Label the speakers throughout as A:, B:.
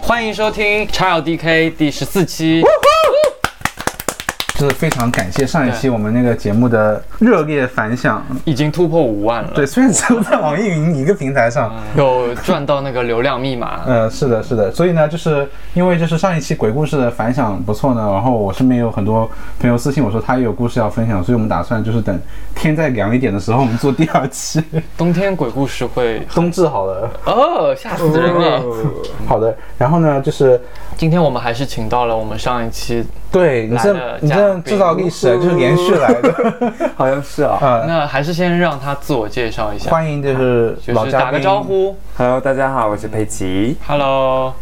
A: 欢迎收听 Child DK 第十四期。
B: 就是非常感谢上一期我们那个节目的热烈反响。
A: 已经突破五万了，
B: 对，虽然只有 在网易云一个平台上，
A: 嗯有赚到那个流量密码。
B: 呃，是的，是的。所以呢，就是因为就是上一期鬼故事的反响不错呢，然后我身边有很多朋友私信我说他也有故事要分享，所以我们打算就是等天再凉一点的时候，我们做第二 期。
A: 冬天鬼故事会
B: 冬至好了，
A: 哦，吓死人了！
B: 好的。然后呢，就是
A: 今天我们还是请到了我们上一期，
B: 对你
A: 来了
B: 这你
A: 嘉宾
B: 这制造历史啊就是连续来 的
C: 好像是啊。
B: 啊、
A: 那还是先让他自我介绍一下，
B: 欢迎就是
A: 就
B: 老
A: 是
B: 嘉宾
A: 打个招呼
C: Hello，大家好，我是佩奇。
A: ，Hello。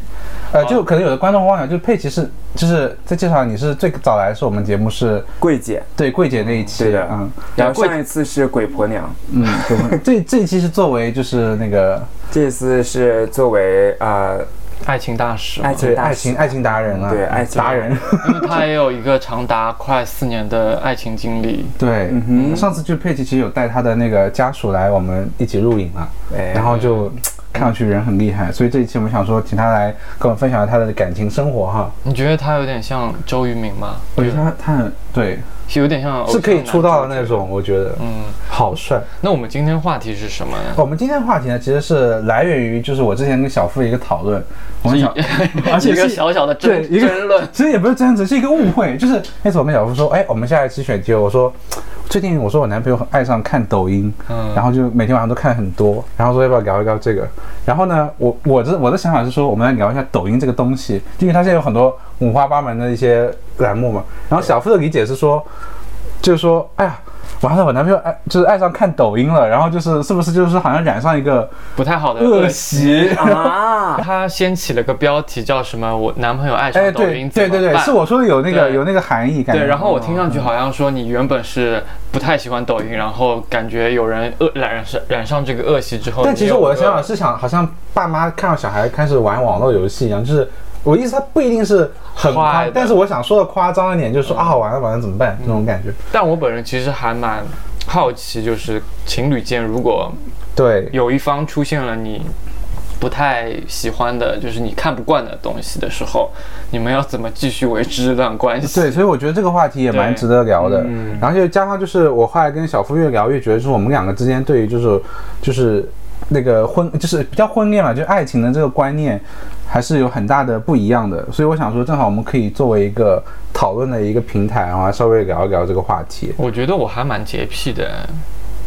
B: 呃，就可能有的观众忘了，就佩奇是就是在介绍你是最早来是我们节目是
C: 桂姐，
B: 对桂姐那一期，
C: 对的
B: 嗯
C: 然后
A: 桂
C: 上一次是鬼婆娘，
B: 嗯，对我们 这这一期是作为就是那个
C: 这次是作为呃
A: 爱情大使嘛，
C: 爱情
B: 对
C: 大
B: 爱
C: 使
B: 情爱情达人啊，
C: 对爱情
B: 达人，
A: 因为他也有一个长达快四年的爱情经历。
B: 对，
C: 哼
B: 上次就佩奇其实有带他的那个家属来我们一起录影嘛，
C: 哎
B: 然后就嘖看上去人很厉害，所以这一期我们想说请他来跟我们分享他的感情生活哈，
A: 你觉得他有点像周渝民吗？
B: 我觉得他他很对
A: 是有点像，
B: 是可以出道的那。种，我觉得
A: 嗯，
B: 好帅。
A: 那我们今天话题是什么呢？
B: 我们今天的话题呢，其实是来源于就是我之前跟小付的一个讨论，我们想，而且
A: 一个
B: 是
A: 小小的
B: 对
A: 争
B: 一
A: 争论
B: 个，，其实也不是争执，是一个误会。就是那次我跟小付说，哎，我们下一期选题，我说最近我说我男朋友很爱上看抖音，
A: 嗯
B: 然后就每天晚上都看很多，然后说要不要聊一聊这个？然后呢，我我的我的想法是说，我们来聊一下抖音这个东西，因为它现在有很多五花八门的一些栏目嘛。然后小付的理解是说，就是说，哎呀。完了，我男朋友爱就是爱上看抖音了，然后就是是不是就是好像染上一个
A: 不太好的
B: 恶习？
C: 啊，
A: 他先起了个标题叫什么？我男朋友爱
B: 哎，
A: 呃上抖
B: 对
A: 音怎
B: 对
A: 么
B: 对
A: 办？
B: 对，是我说的有那个
A: 对
B: 有那个含义感嗯觉。
A: 对，然后我听上去好像说你原本是不太喜欢抖音，然后感觉有人恶染上染上这个恶习之后，
B: 但
A: 你
B: 其实
A: 有
B: 我的
A: 个
B: 想法是想，好像爸妈看到小孩开始玩网络游戏一样，就是我意思，他不一定是很
A: 坏
B: 夸
A: 的，
B: 但是我想说的夸张一点，就是说啊，完了完了怎么办那种感觉。
A: 但我本人其实还蛮好奇，就是情侣间如果
B: 对，
A: 有一方出现了你不太喜欢的，就是你看不惯的东西的时候，你们要怎么继续维持这段关系？
B: 对，所以我觉得这个话题也蛮
A: 对嗯
B: 值得聊的。然后就加上就是我后来跟小付越聊越觉得，就是我们两个之间对于就是就是那个婚就是比较婚恋嘛，就是爱情的这个观念还是有很大的不一样的。所以我想说，正好我们可以作为一个讨论的一个平台，然后来稍微聊一聊这个话题。
A: 我觉得我还蛮洁癖的，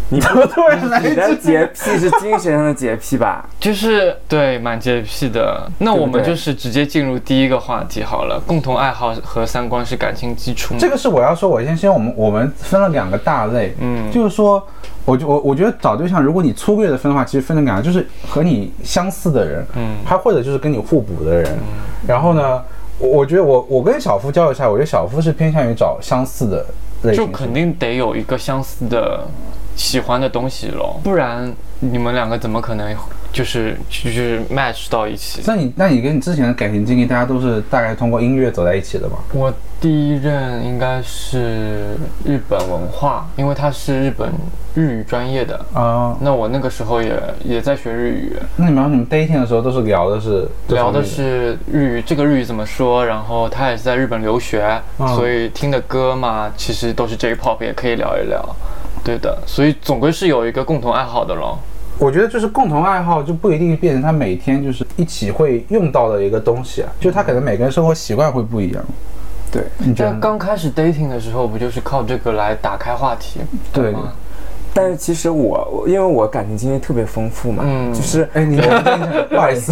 C: 你
B: 怎么突然来
C: 你
B: 一
C: 的
B: 句？
C: 洁癖是精神上的洁癖吧？
A: 就是对，蛮洁癖的。那
C: 对不
A: 我们
C: 对
A: 就是直接进入第一个话题好了。共同爱好和三观是感情基础吗？
B: 这个是我要说，我先先我们我们分了两个大类，
A: 嗯
B: 就是说，我就我我觉得找对象，如果你粗略的分的话，其实分成两个，就是和你相似的人，
A: 嗯
B: 还或者就是跟你互补的人，然后呢，我我觉得我我跟小夫交流下来，我觉得小夫是偏向于找相似的类型
A: 就
B: 型，
A: 肯定得有一个相似的喜欢的东西咯，不然你们两个怎么可能就是就是 match 到一起？
B: 那你那你跟你之前的感情经历，大家都是大概通过音乐走在一起的吗？
A: 我第一任应该是日本文化，因为他是日本日语专业的。
B: 啊、
A: 那我那个时候也也在学日语，
B: 那你们你们 dating 的时候都是聊的是这
A: 聊
B: 方面
A: 的是日语，这个日语怎么说？然后他也是在日本留学，
B: 嗯
A: 所以听的歌嘛，其实都是 J-pop，也可以聊一聊。对的，所以总归是有一个共同爱好的咯。
B: 我觉得就是共同爱好就不一定变成他每天就是一起会用到的一个东西啊，就他可能每个人生活习惯会不一样。
C: 对，
B: 你觉得
A: 但
B: 呢？
A: 刚开始 dating 的时候，不就是靠这个来打开话题？
B: 对，
C: 但是其实我我因为我感情经历特别丰富嘛，
A: 嗯
C: 就是
B: 哎，你 不好意思，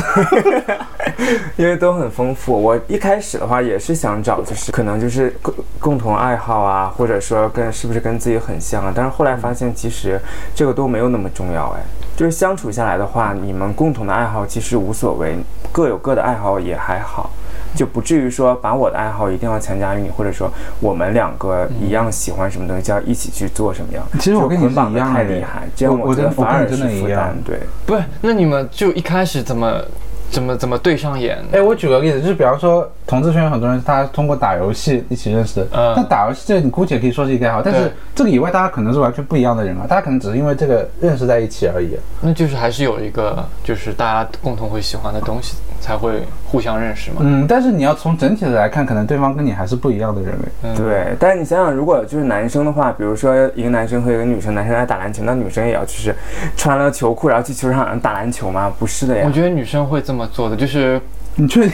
C: 因为都很丰富。我一开始的话也是想找，就是可能就是共共同爱好啊，或者说跟是不是跟自己很像啊。但是后来发现，其实这个都没有那么重要哎。就是相处下来的话，你们共同的爱好其实无所谓，各有各的爱好也还好，就不至于说把我的爱好一定要强加于你，或者说我们两个一样喜欢什么东西就要一起去做什么样。
B: 其实我
C: 就
B: 跟你
C: 捆
B: 是
C: 绑
B: 一
C: 得
B: 样
C: 太
B: 的
C: 厉害，这样
B: 我我
C: 我觉
B: 跟
C: 得
B: 我
C: 反
B: 跟你
C: 而
B: 真
C: 是
B: 的一
C: 负
B: 样
C: 担。对，
A: 不是，那你们就一开始怎么怎么怎么对上眼？
B: 哎，我举个例子，就是比方说同志圈有很多人，他通过打游戏一起认识的。
A: 嗯
B: 那打游戏这个你姑且可以说是一个爱好，但
A: 对
B: 是这个以外，大家可能是完全不一样的人啊，大家可能只是因为这个认识在一起而已。啊
A: 那就是还是有一个就是大家共同会喜欢的东西才会互相认识嘛。
B: 嗯，但是你要从整体的来看，可能对方跟你还是不一样的人类。
A: 嗯，
C: 对，但是你想想，如果就是男生的话，比如说一个男生和一个女生，男生爱打篮球，那女生也要就是穿了球裤，然后去球场上打篮球吗？不是的呀
A: 我。觉得女生会这么做的，就是
B: 你确定？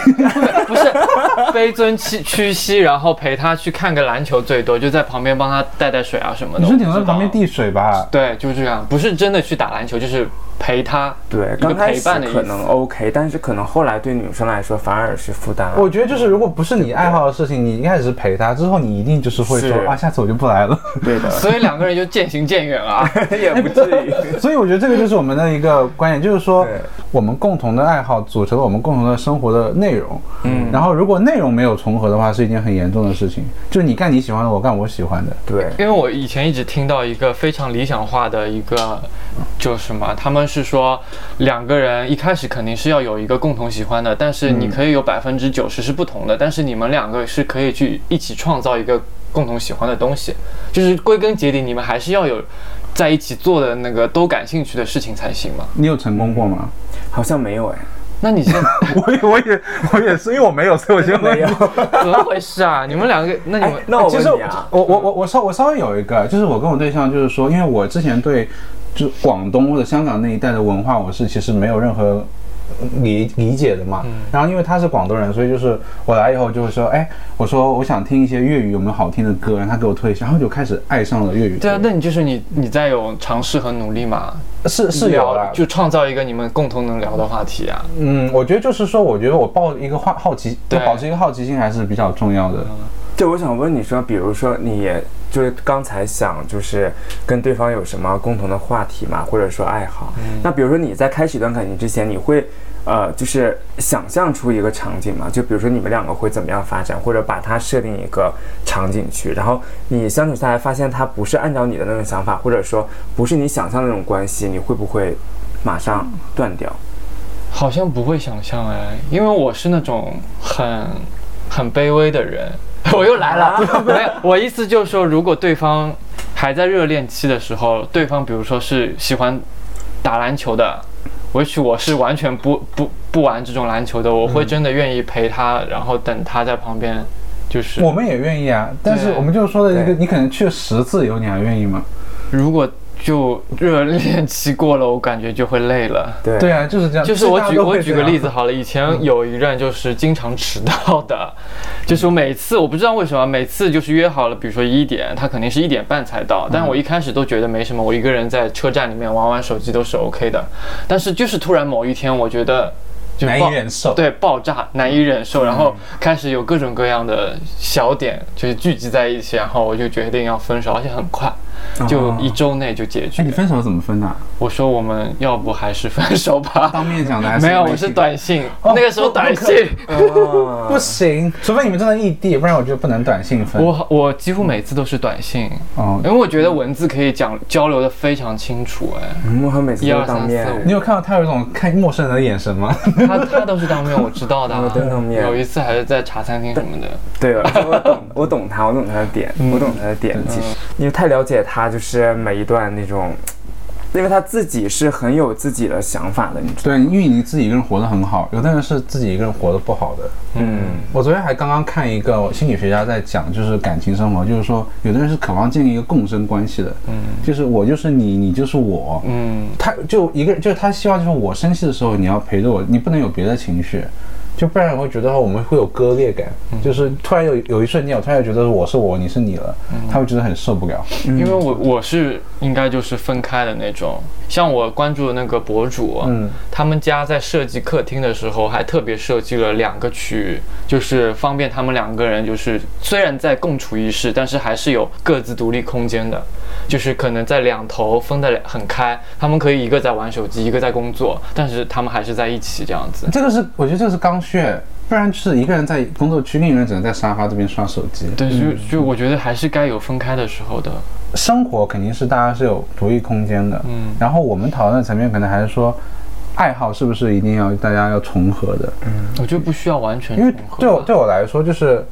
A: 不是绯尊屈屈膝，然后陪他去看个篮球，最多就在旁边帮他带带水啊什么的。
B: 你说
A: 我
B: 你们
A: 不
B: 在
A: 知道
B: 旁边递水吧？
A: 对，就是这样，不是真的去打篮球，就是陪他。
C: 对，
A: 一个
C: 刚开
A: 陪
C: 始
A: 伴的意
C: 可
A: 思。
C: 能 OK，但是可能后来对女生来说反而是负担了。
B: 我觉得就是，如果不是你爱好的事情，你一开始是陪他，之后你一定就是会说
C: 是
B: 啊，下次我就不来了。
C: 对的，
A: 所以两个人就渐行渐远啊。
C: 也不至 于。
B: 所以我觉得这个就是我们的一个观点，就是说
C: 对
B: 我们共同的爱好组成了我们共同的生活的内容。
C: 嗯，
B: 然后如果内容没有重合的话，是一件很严重的事情。就是你干你喜欢的，我干我喜欢的。
C: 对，
A: 因为我以前一直听到一个非常理想化的一个，就是什么，他们是说两个人一开始肯定是要有一个共同喜欢的，但是
B: 嗯
A: 你可以有百分之九十是不同的，但是你们两个是可以去一起创造一个共同喜欢的东西，就是归根结底你们还是要有在一起做的那个都感兴趣的事情才行嘛。
B: 你有成功过吗？
C: 好像没有哎，
A: 那你现在
B: 嗯 我也我也我也是，因为我没有，所以我觉得
C: 没有。
A: 怎么回事 啊？你们两个，那你
C: 哎
A: 们、，
C: 那我
B: 其
C: 问
B: 实
C: 你啊，
B: 我我我我稍我稍微有一个，就是我跟我对象就是说，因为我之前对就是广东或者香港那一带的文化，我是其实没有任何理理解的
C: 嗯
B: 嘛。然后因为他是广东人，所以就是我来以后就会说，哎，我说我想听一些粤语有没有好听的歌，然后他给我推一下，然后就开始爱上了粤语歌。
A: 对啊，那你就是你你在有尝试和努力嘛？
B: 是是有
A: 聊
B: 啦，
A: 就创造一个你们共同能聊的话题啊。
B: 嗯，我觉得就是说，我觉得我抱一个好好奇，就
A: 对
B: 保持一个好奇心还是比较重要的。
C: 就我想问你说，比如说你也就是刚才想就是跟对方有什么共同的话题嘛，或者说爱好。那比如说你在开始一段感情之前，你会呃就是想象出一个场景嘛？就比如说你们两个会怎么样发展，或者把它设定一个场景去，然后你相处下来发现它不是按照你的那种想法，或者说不是你想象的那种关系，你会不会马上断掉？
A: 好像不会想象哎，因为我是那种很很卑微的人。 我又来了， 没有，我意思就是说，如果对方还在热恋期的时候，对方比如说是喜欢打篮球的，也许我是完全不不不玩这种篮球的，我会真的愿意陪他，然后等他在旁边，就是
B: 我们也愿意啊，但是
A: 对
B: 我们就是说的一个，
C: 对
B: 你可能去了十次以后，你还愿意吗？
A: 如果就热恋期过了，我感觉就会累了。
C: 对
B: 对啊，就是这 样。
A: 就是我
B: 大家
A: 举
B: 都
A: 我
B: 会
A: 举
B: 这
A: 个
B: 样嗯
A: 例子，好了，以前有一任就是经常迟到的，就是我每次我不知道为什么，每次就是约好了，比如说一点，他肯定是一点半才到，但我
B: 嗯
A: 一开始都觉得没什么，我一个人在车站里面玩玩手机都是 OK 的，但是就是突然某一天，我觉得就
B: 难
A: 爆
B: 以忍受。，嗯
A: 对爆炸难以忍受，然后开始有各种各样的小点就是聚集在一起，然后我就决定要分手，而且很快，就
C: 哦
A: 一周内就解决
B: 哦哎，你。分手怎么分的啊？
A: 我说我们要不还是分手 吧？
B: 当面讲的还是
A: 没有，我
B: 微
A: 是
B: 信
A: 短信，那个时候短信，
C: 哦
B: 不行，除非你们真的异地，不然我觉得不能短信分。
A: 我我几乎每次都是短信，
B: 哦
A: 因，为我觉得文字可以讲交流的非常清楚，哎，
C: 嗯我好像每次
A: 一
C: 都
A: 二
C: 是当
A: 三四
C: 面。
A: 五
B: 你有看到他有一种看陌生人的眼神吗？
A: 他他都是当面我知道的啊
C: 哦对当，面
A: 有一次还是在茶餐厅什么的，
C: 对，而且我懂，我懂他，我懂他的点，我懂他的点。其实，因为太了解他，就是每一段那种，因为他自己是很有自己的想法的，你知道。
B: 对，因为你自己一个人活得很好，有的人是自己一个人活得不好的。
C: 嗯，
B: 我昨天还刚刚看一个心理学家在讲，就是感情生活，就是说有的人是渴望建立一个共生关系的，
A: 嗯
B: 就是我就是你，你就是我。
A: 嗯，
B: 他就一个，就是他希望就是我生气的时候你要陪着我，你不能有别的情绪，就不然我会觉得我们会有割裂感，
A: 嗯
B: 就是突然有有一瞬间，我突然觉得我是我，你是你了，
A: 嗯
B: 他会觉得很受不了。
A: 因为我我是应该就是分开的那种，像我关注的那个博主，啊
B: 嗯，
A: 他们家在设计客厅的时候，还特别设计了两个区域，就是方便他们两个人，就是虽然在共处一室，但是还是有各自独立空间的，就是可能在两头分得很开，他们可以一个在玩手机，一个在工作，但是他们还是在一起这样子。
B: 这个是我觉得这个是刚需，不然就是一个人在工作区，另一个人只能在沙发这边刷手机。
A: 对，就就我觉得还是该有分开的时候的。
B: 生活肯定是大家是有独立空间的，
A: 嗯
B: 然后我们讨论的层面可能还是说。爱好是不是一定要大家要重合的？
A: 我觉得不需要完全
B: 因为
A: 重合
B: 对我对我来说，就是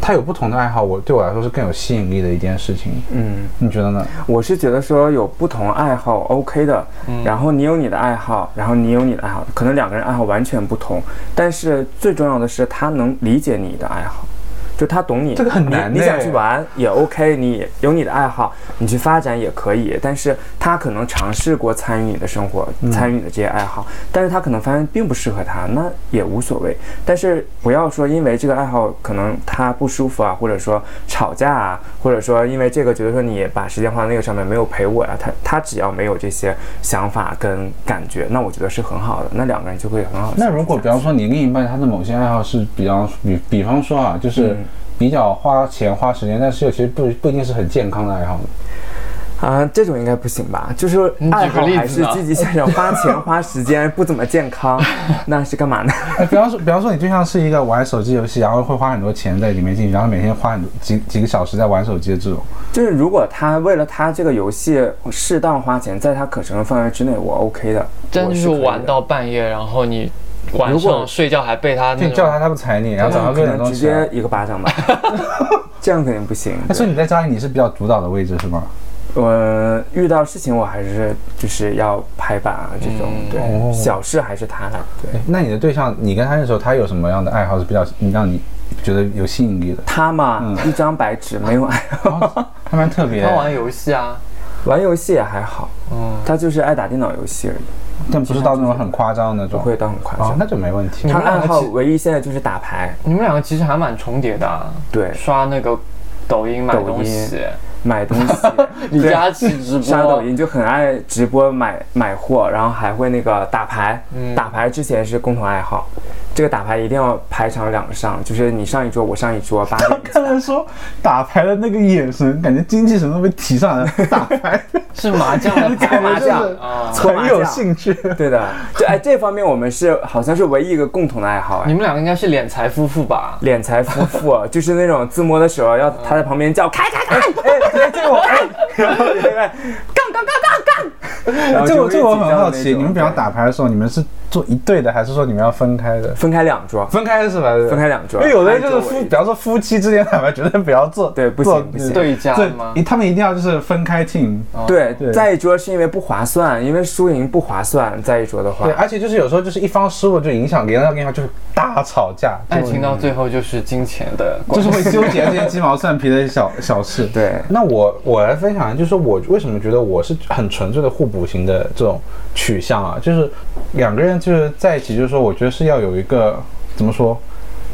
B: 他有不同的爱好，我对我来说是更有吸引力的一件事情。
C: 嗯，
B: 你觉得呢？
C: 我是觉得说有不同爱好 OK 的，
B: 嗯
C: 然后你有你的爱好，然后你有你的爱好，可能两个人爱好完全不同，但是最重要的是他能理解你的爱好，就他懂你，
B: 这个很难
C: 你
B: 呢
C: 你想去玩也 OK，你有你的爱好，你去发展也可以，但是他可能尝试过参与你的生活，
B: 嗯
C: 参与你的这些爱好，但是他可能发现并不适合他，那也无所谓。但是不要说因为这个爱好可能他不舒服啊，或者说吵架啊，或者说因为这个觉得说你把时间花在那个上面没有陪我呀、他他只要没有这些想法跟感觉，那我觉得是很好的，那两个人就会很好。
B: 那如果比方说你另一半他的某些爱好是比方比比方说啊，就是比较花钱花时间，但是又其实不不一定是很健康的爱好呢。
C: 啊、这种应该不行吧？就是说
A: 你举个
C: 爱好
A: 例
C: 还
A: 子
C: 是
A: 呢
C: 积极向上，花钱花时间不怎么健康，那是干嘛呢？
B: 哎，比方说比方说你就像是一个玩手机游戏，然后会花很多钱在里面进去，然后每天花很多几几个小时在玩手机的这种。
C: 就是如果他为了他这个游戏适当花钱，在他可承受范围之内，我 OK 的。
A: 真
C: 我
A: 的
C: 是
A: 是
C: 可以的
A: 玩到半夜，然后你晚
C: 如果
A: 上睡觉还被他那
B: 就
A: 种
B: 你叫他，他不睬你，然后早上
C: 可
B: 六点
C: 能
B: 钟
C: 直
B: 起来
C: 接。一个巴 掌吧，这样肯定不行。
B: 哎所以你在家里你啊是比较主导的位置是吗？
C: 我遇到事情我还是就是要拍板啊这种，
A: 嗯
C: 对、
B: 哦
C: 小事还是他来，对。？
B: 哎那你的对象，你跟他认识的时候，他有什么样的爱好是比较你让你觉得有吸引力的
C: 他嘛，
B: 嗯
C: 一张白纸没有爱好，
B: 哦还蛮特别
A: 他，玩游戏啊，
C: 玩游戏也还好，
A: 嗯，
C: 他就是爱打电脑游戏而已，
B: 但不是到那种很夸张的那
C: 不
B: 种。
C: 会到很夸
B: 哦
C: 张，。
B: 那就没问题。
C: 他
A: 们两
C: 爱
A: 个
C: 好
A: 其
C: 唯一现在就是打牌，
A: 你们两个其实还蛮重叠的、啊，
C: 对，
A: 刷那个抖音买
C: 抖音
A: 东西，，
C: 买东西
A: 啊李佳琦直播
C: 刷抖音就很爱直播买买货，然后还会那个打牌。
B: 嗯
C: 打牌之前是共同爱好，这个打牌一定要排场两上，就是你上一桌我上一桌，八 个人
B: 刚才说打牌的那个眼神，感觉精气神都被提上来了。打牌
A: 是麻将的牌
B: 感
A: 麻
B: 觉
A: 将
B: 就是
A: 啊。
C: 搓麻
B: 很
C: 将
B: 有兴 趣。
C: 对的，这哎这方面我们是好像是唯一一个共同的爱好
A: 你
C: 哎。
A: 们两个应该是敛财夫妇吧？
C: 敛财夫妇啊就是那种自摸的时候，
B: 嗯
C: 要他在旁边叫开开开，哎，对，这个我哎，然后对对，杠杠杠杠杠，然后
B: 这
C: 就
B: 我
C: 会
B: 这我
C: 紧
B: 很
C: 张
B: 好
C: 的那
B: 奇，你们
C: 种
B: 比方
C: 对
B: 打牌的时候，你们是做一对的，还是说你们要分开的？
C: 分开两桌，
B: 分开是吧？
C: 分开两桌
B: 因哎为有的
C: 按
B: 就是
C: 周
B: 夫，
C: 围
B: 比方说夫妻之间打牌，绝对不要做。
C: 对不行
B: 做
C: 不行
A: 对家吗
B: 对，他们一定要就是分开 team。
C: 对
B: 对，
C: 在一桌是因为不划算，因为输赢不划算，在一桌的话
B: 对，，而且就是有时候就是一方失误就影响另外一方，就是大吵架，
A: 爱情到最后就是金钱的关
B: 就是
A: 系，
B: 会纠结这些鸡毛蒜皮的小小事。
C: 对
B: 那我我来分享，就是我为什么觉得我是很纯粹的互补型的这种取向啊，就是两个人就是在一起，就是说我觉得是要有一个怎么说，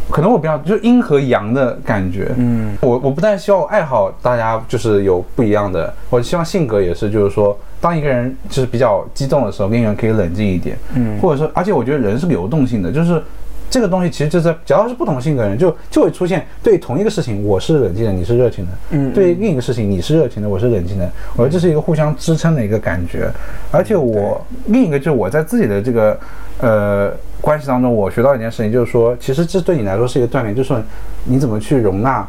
B: 可能我比较就是阴和阳的感觉。
C: 嗯，
B: 我我不但希望我爱好大家就是有不一样的，我希望性格也是，就是说，当一个人就是比较激动的时候，另一个人可以冷静一点，
C: 嗯
B: 或者说，而且我觉得人是流动性的，就是这个东西其实就是只要是不同性格的人，就就会出现对同一个事情我是冷静的，你是热情的，
C: 嗯
B: 对另一个事情你是热情的，我是冷静的，我觉得这是一个互相支撑的一个感觉，而且我另一个就是我在自己的这个呃关系当中，我学到一件事情，就是说，其实这对你来说是一个锻炼，就是说你怎么去容纳。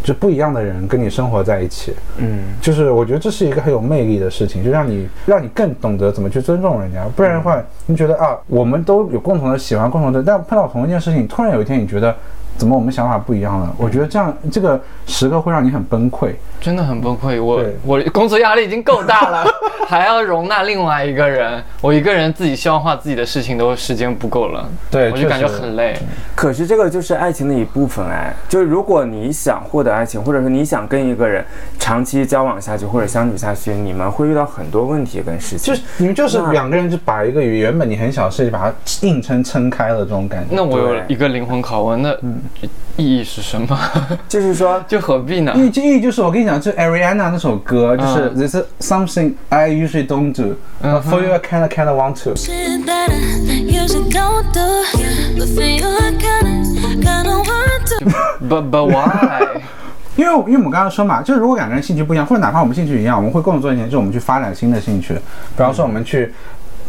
B: 就不一样的人跟你生活在一起，
C: 嗯，
B: 就是我觉得这是一个很有魅力的事情，就让你让你更懂得怎么去尊重人家，不然的话，你觉得啊，我们都有共同的喜欢，共同的，但碰到同一件事情，突然有一天你觉得怎么我们想法不一样了？我觉得这样这个时刻会让你很崩溃。
A: 真的很崩溃。我
B: 对
A: 我工作压力已经够大了，还要容纳另外一个人，我一个人自己消化自己的事情都时间不够了，
B: 对
A: 我就感觉
B: 确实
A: 很累。
C: 可是这个就是爱情的一部分哎，就是如果你想获得爱情，或者说你想跟一个人长期交往下去或者相处下去，你们会遇到很多问题跟事情，
B: 就是你们就是
C: 那
B: 两个人就把一个原本你很小的事情把它硬撑撑开了这种感觉。
A: 那我有
C: 对
A: 一个灵魂拷问，那意义是什么？
C: 就是说
A: 就何必呢？
B: 因为这因为就是我跟你讲，就 Ariana 那首歌，就是 This is something I usually don't do, but for you I kinda kinda want to。
D: shit that I usually don't do. But for you, I kinda, kinda want to.
A: But but why？
B: 因为因为我们刚刚说嘛，就是如果两个人兴趣不一样，或者哪怕我们兴趣一样，我们会共同做一件事，就是我们去发展新的兴趣。比方说，我们去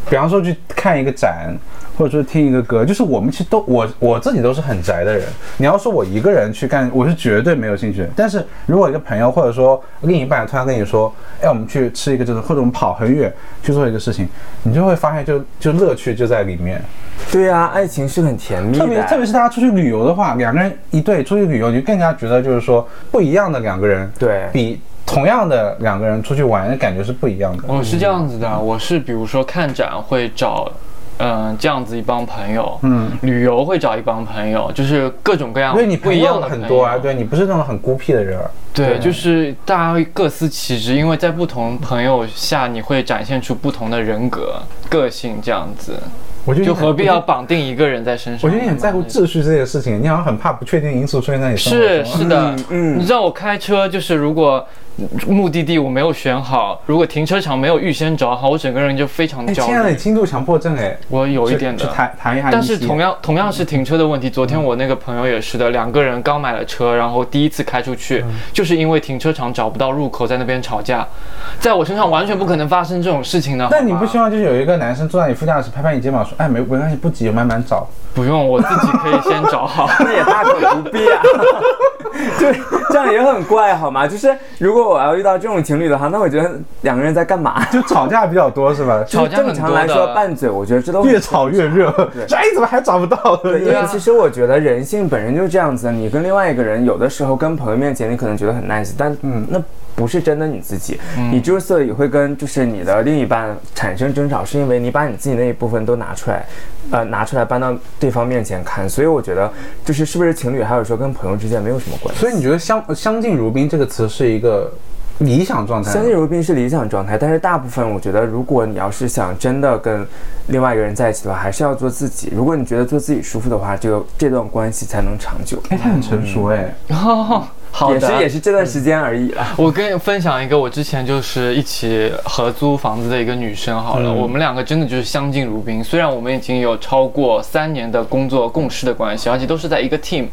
B: 比方说去看一个展，或者说听一个歌，就是我们其实都我我自己都是很宅的人。你要说我一个人去干，我是绝对没有兴趣的。但是如果一个朋友或者说另一半突然跟你说，哎，我们去吃一个这种，或者我们跑很远去做一个事情，你就会发现就就乐趣就在里面。
C: 对呀、爱情是很甜蜜的，
B: 特别特别是大家出去旅游的话，两个人一对出去旅游，你就更加觉得就是说不一样的两个人，
C: 对
B: 比同样的两个人出去玩的感觉是不一样的。
A: 哦我是这样子的，我是比如说看展会找，嗯、这样子一帮朋友，
B: 嗯，
A: 旅游会找一帮朋友，就是各种各样，
B: 因为你
A: 不
B: 朋
A: 一
B: 友
A: 样的
B: 很
A: 朋
B: 多啊，
A: 友
B: 对你不是那种很孤僻的人儿，
A: 对，就是大家各司其职，因为在不同朋友下，你会展现出不同的人格、个性这样子，
B: 我觉得
A: 就
B: 你很
A: 何必要
B: 我觉得
A: 绑定一个人在身上？
B: 我觉得你很在乎秩序这件事情，你好像很怕不确定因素出现在你生活
A: 是
B: 中。
A: 是的，
C: 嗯嗯
A: 你知道我开车就是，如果目的地我没有选好，如果停车场没有预先找好，我整个人就非常
B: 哎，
A: 焦
B: 亲爱的，
A: 虑
B: 你。轻度强迫症哎，
A: 我有一
B: 去
A: 点
B: 去
A: 的，
B: 谈谈一下。嗯
A: 但是同，样同样是停车的问题。昨天我那个朋友也是的，两个人刚买了车，然后第一次开出去，
B: 嗯
A: 就是因为停车场找不到入口，在那边吵架。在我身上完全不可能发生这种事情的。
B: 那你
A: 好
B: 不
A: 吗
B: 希望就是有一个男生坐在你副驾驶，拍拍你肩膀说，哎，没没关系，不急，我慢慢找。
A: 不用，我自己可以先 找 好。
C: 那也大可不必啊。 就是这样也很怪好吗？就是如果我要遇到这种情侣的话，那我觉得两个人在干嘛？
B: 就吵架比较多是 吧？
A: 吵架
C: 就是正
A: 很
C: 常
A: 多
C: 来说
A: 的
C: 拌嘴，我觉得这都很
B: 越吵越热，说哎怎么还找不到？
C: 对，因
B: 对
A: 啊
C: 为其实我觉得人性本身就是这样子的。你跟另外一个人，有的时候跟朋友面前，你可能觉得很 nice，但嗯，那不是真的你自己。
A: 嗯
C: 你之所以会跟就是你的另一半产生争吵，是因为你把你自己那一部分都拿出来，呃，拿出来搬到对方面前看。所以我觉得，就是是不是情侣，还有说跟朋友之间没有什么关系。
B: 所以你觉得相相敬如宾这个词是一个理想状态吗？
C: 相敬如宾是理想状态，但是大部分我觉得，如果你要是想真的跟另外一个人在一起的话，还是要做自己。如果你觉得做自己舒服的话，这个这段关系才能长久。
B: 哎，他很成熟哎，
A: 哦，好的。
C: 也是也是这段时间而已啦。
A: 我跟你分享一个，我之前就是一起合租房子的一个女生，好
B: 嗯
A: 了，我们两个真的就是相敬如宾。虽然我们已经有超过三年的工作共事的关系，而且都是在一个 team，、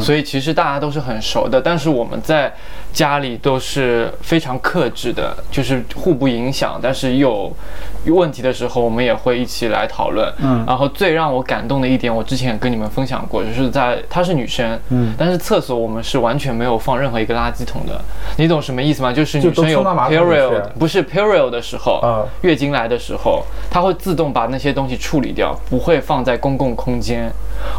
A: 所以
B: 嗯
A: 其实大家都是很熟的。但是我们在家里都是非常克制的，就是互不影响，但是又有问题的时候，我们也会一起来讨论。
B: 嗯
A: 然后最让我感动的一点，我之前也跟你们分享过，就是在她是女生，
B: 嗯
A: 但是厕所我们是完全没有放任何一个垃圾桶的，你懂什么意思吗？就是
B: 就
A: 女
B: 都
A: 生有
B: 冲到马桶里去
A: period 不是 period 的时候，
B: 啊
A: 月经来的时候，它会自动把那些东西处理掉，不会放在公共空间。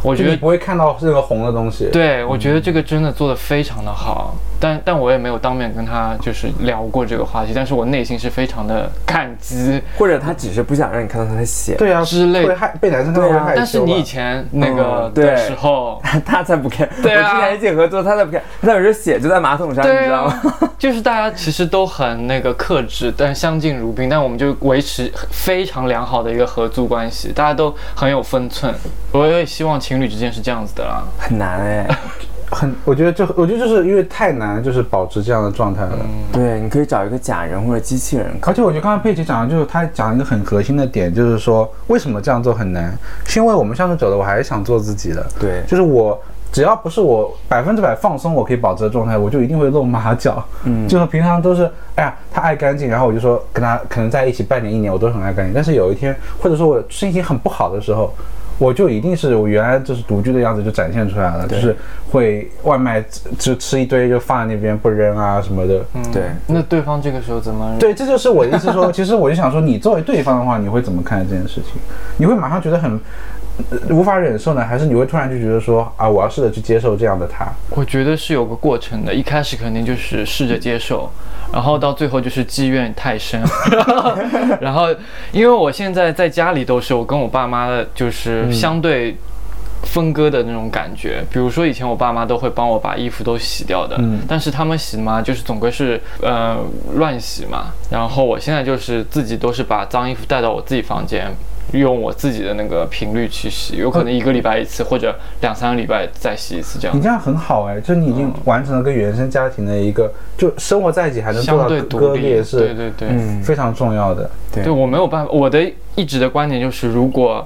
A: 我
B: 我
A: 觉得
B: 不会看到任何红的东西。，
A: 对，我觉得这个真的做得非常的好，但但我也没有当面跟他就是聊过这个话题，但是我内心是非常的感激。
C: 或者他只是不想让你看到他的血，
B: 对啊，
A: 之类
B: 会害被男生看到会
C: 对啊
B: 害羞吧。
A: 但是你以前那个
C: 嗯对
A: 的时候，
C: 他才不 care。
A: 对啊
C: 我之前一起合作，他才不 care，他有时候血就在马桶上，你
A: 对
C: 知道
A: 啊
C: 吗？，
A: 就是大家其实都很那个克制，但相敬如宾，但我们就维持非常良好的一个合租关系，大家都很有分寸。我也希望情侣之间是这样子的啦。
C: 很难哎。
B: 很，我觉得就我觉得就是因为太难，就是保持这样的状态了。
A: 嗯
C: 对，你可以找一个假人或者机器人。
B: 而且我觉得刚才佩奇讲的就是他讲一个很核心的点，就是说为什么这样做很难，是因为我们向上走的，我还是想做自己的。
C: 对
B: 就是我只要不是我百分之百放松，我可以保持的状态，我就一定会露马脚。嗯，就是平常都是，哎呀，他爱干净，然后我就说跟他可能在一起半年一年，我都很爱干净。但是有一天，或者说我心情很不好的时候。我就一定是我原来就是独居的样子就展现出来了，就是会外卖只就吃一堆就放在那边不扔啊什么的，嗯，
C: 对，
A: 那对方这个时候怎么？
B: 对，这就是我的意思说，其实我就想说，你作为对方的话，你会怎么看待这件事情？你会马上觉得很、呃无法忍受呢，还是你会突然就觉得说啊，我要试着去接受这样的他？
A: 我觉得是有个过程的，一开始肯定就是试着接受，然后到最后就是积怨太深，然后因为我现在在家里都是我跟我爸妈的，就是相对分割的那种感觉。比如说以前我爸妈都会帮我把衣服都洗掉的，
B: 嗯
A: 但是他们洗嘛，就是总归是呃乱洗嘛。然后我现在就是自己都是把脏衣服带到我自己房间。用我自己的那个频率去洗，有可能一个礼拜一次，或者两三个礼拜再洗一次这样
B: 你。这样很好哎，就是你已经完成了跟原生家庭的一个，就生活在一起还能做
A: 相
B: 到
A: 对
B: 割
A: 独
B: 割
A: 立，
B: 裂
A: 对
B: 是
A: 对对，
C: 嗯，
B: 非常重要的。
A: 对我没有办法，我的一直的观点就是，如果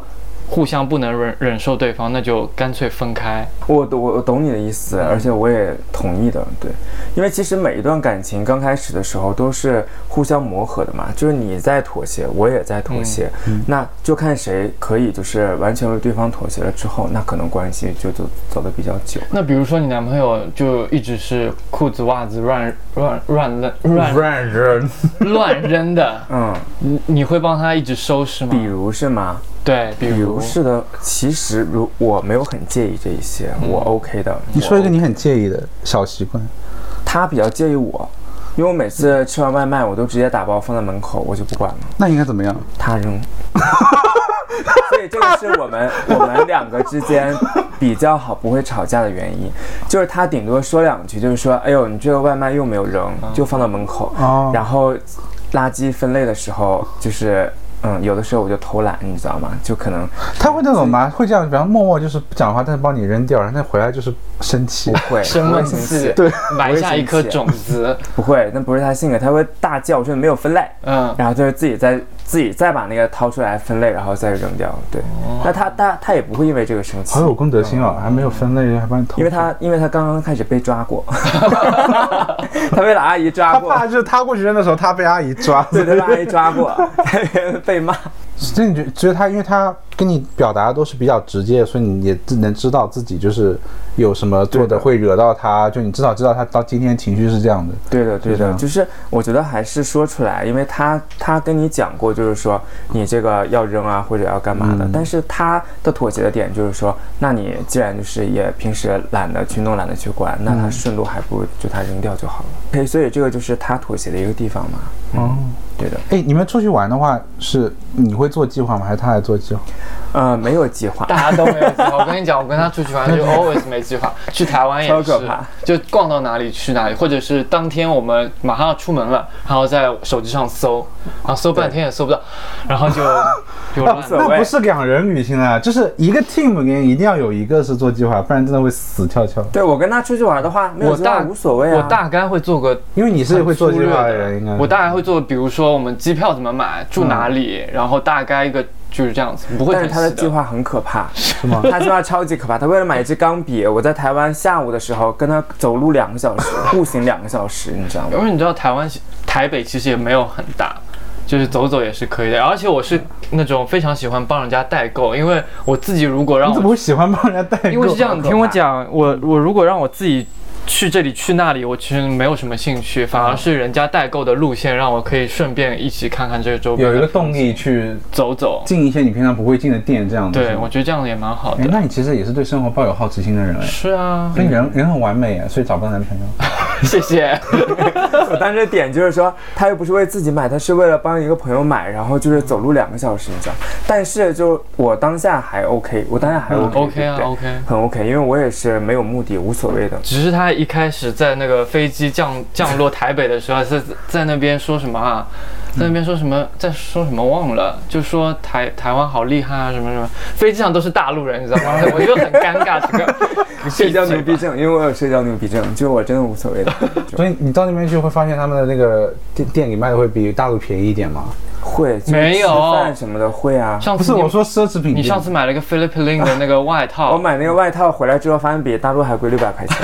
A: 互相不能忍忍受对方，那就干脆分开。
C: 我懂我我懂你的意思，而且我也同意的，对，因为其实每一段感情刚开始的时候都是互相磨合的嘛，就是你在妥协，我也在妥协，
B: 嗯
C: 那就看谁可以就是完全为对方妥协了之后，那可能关系就走走的比较久。嗯
A: 那比如说你男朋友就一直是裤子袜子乱乱乱乱 乱
B: 嗯软人，
A: 乱扔的，
C: 嗯，
A: 你你会帮他一直收拾吗？
C: 比如是吗？
A: 对，比
C: 比
A: 如
C: 如是的，其实如我没有很介意这一些，我 OK 的。
B: 嗯你说一个
C: 我
B: 你很介意的小习惯，
C: 他比较介意我，因为我每次吃完外卖，我都直接打包放在门口，我就不管了。
B: 那应该怎么样？
C: 他扔。 所以这个是我们我们两个之间比较好不会吵架的原因，就是他顶多说两句，就是说，哎呦，你这个外卖又没有扔，就放到门口。
B: 哦
C: 然后垃圾分类的时候，就是嗯，有的时候我就偷懒，你知道吗？就可能
B: 他会那种吗？会这样，比方默默就是不讲话，但是帮你扔掉，然后他回来就是生气。
C: 会
A: 生
C: 我会
A: 闷
C: 生
A: 气
C: 气，，
B: 对，
A: 埋下一颗
C: 我也
A: 种
C: 生气
A: 子，
C: 不会，那不是他性格，他会大叫，说没有分类。
A: 嗯，
C: 然后就是自己再自己再把那个掏出来分类，然后再扔掉。对，那他他他也不会因为这个生气，
B: 好有公德心啊，还没有分类，还帮你偷。
C: 因为他因为他刚刚开始被抓过，他被老阿姨抓
B: 他
C: 过
B: 怕，就是他过去扔的时候，他被阿姨抓。
C: 对，他被阿姨抓过， 他被骂。
B: 所以你觉觉得他，因为他跟你表达的都是比较直接，所以你也自能知道自己就是有什么做
C: 对
B: 的
C: 的
B: 会惹到他，就你至少知道他到今天情绪是这样的。
C: 对的，对
B: 这
C: 的，
B: 样
C: 就是我觉得还是说出来，因为他他跟你讲过，就是说你这个要扔啊，或者要干嘛的。但是他的妥协的点就是说，那你既然就是也平时懒得去弄，懒得去管，那他顺路还不如就他扔掉就好了。可以，所以这个就是他妥协的一个地方嘛。
B: 哦，
C: 对的，
B: 哎，你们出去玩的话，是你会做计划吗？还是他来做计划？
C: 呃，没有计划，
A: 大家都没有 计划。我跟你讲，我跟他出去玩就 always 没计划，去台湾也
C: 超
A: 是
C: 可怕，
A: 就逛到哪里去哪里，或者是当天我们马上要出门了，然后在手机上搜，然后搜半天也搜不到，然后 就就乱
C: 所谓
B: 那不是两人旅行啊，就是一个 team 里面一定要有一个是做计划，不然真的会死翘翘。
C: 对我跟他出去玩的话，没有
A: 我
C: 计划
A: 大
C: 无所谓啊。
A: 我大概会做个
B: 因为你是会做计划
A: 很
B: 的
A: 粗略
B: 人，应该是。
A: 我大概会做，比如说我们机票怎么买，住哪里，
B: 嗯
A: 然后大概一个就是这样子，不会
C: 但
A: 很细
C: 是他的计划很可怕，
B: 是吗？
C: 他计划超级可怕。他为了买一支钢笔，我在台湾下午的时候跟他走路两个小时，步行两个小时，你知道 吗？
A: 因为你知道台湾其台北其实也没有很大，就是走走也是可以的。而且我是那种非常喜欢帮人家代购，因为我自己如果让
B: 你怎么
A: 我，
B: 会喜欢帮人家代购？啊
A: 因为是这样，你
C: 可
A: 听我
C: 怕
A: 讲，我我如果让我自己。去这里去那里，我其实没有什么兴趣，反
B: 嗯
A: 而是人家代购的路线让我可以顺便一起看看这个周边
B: 有
A: 的，
B: 一个动力去
A: 走走。
B: 进一些你平常不会进的店，这样子。
A: 对，我觉得这样也蛮好
B: 哎，
A: 的。
B: 那你其实也是对生活抱有好奇心的人哎。
A: 是 啊，
B: 所以人人很完美啊，所以找不到男朋友。
A: 谢谢。
C: 我当时的点就是说，他又不是为自己买，他是为了帮一个朋友买，然后就是走路两个小时，你知道。但是就我当下还 OK，我当下还 OK，、
A: OK 啊
C: 对不对
A: ，OK。
C: 很 OK，因为我也是没有目的，无所谓的。
A: 只是他一开始在那个飞机降降落台北的时候，在在那边说什么啊？在那边说什么？在说什么？忘了，就说台台湾好厉害啊，什么什么。飞机上都是大陆人，你知道 吗？我就很尴尬。这个
C: 社交牛逼
A: 闭嘴吧
C: 症，因为我有社交牛逼症，就是我真的无所 谓的。
B: 所以你到那边去会发现他们的那个店店里卖的会比大陆便宜一点吗？
C: 会就是
A: 没有
C: 吃饭什么的会 啊。
A: 上
B: 不
A: 次
B: 是，
A: 你
B: 我，说奢侈品店。
A: 你上次买了个 Philip Lin 的那个外套，
C: 我买那个外套回来之后，发现比大陆还贵六百块钱，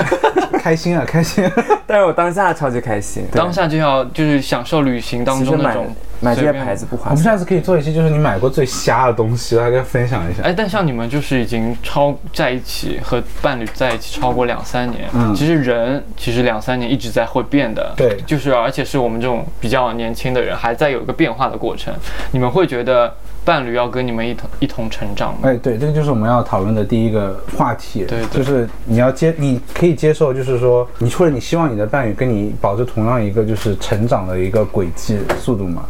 B: 开心啊，开心。
C: 但是我当下超级开心。对
A: 当下就要就是享受旅行当
C: 其实
A: 中那
C: 买
A: 种
C: 买这些
A: 随便
C: 牌子不划
B: 我们下
C: 算。
B: 次可以做一期，就是你买过最瞎的东西，大家分享一下。
A: 哎，但像你们就是已经超在一起和伴侣在一起超过两三年，
B: 嗯
A: 其实人其实两三年一直在会变的，
B: 对
A: 就是啊而且是我们这种比较年轻的人还在有一个变化的过程。你们会觉得伴侣要跟你们一同一同成长吗？
B: 哎，对，这个就是我们要讨论的第一个话题，
A: 对对
B: 就是你要接，你可以接受，就是说你或者你希望你的伴侣跟你保持同样一个就是成长的一个轨迹速度嘛。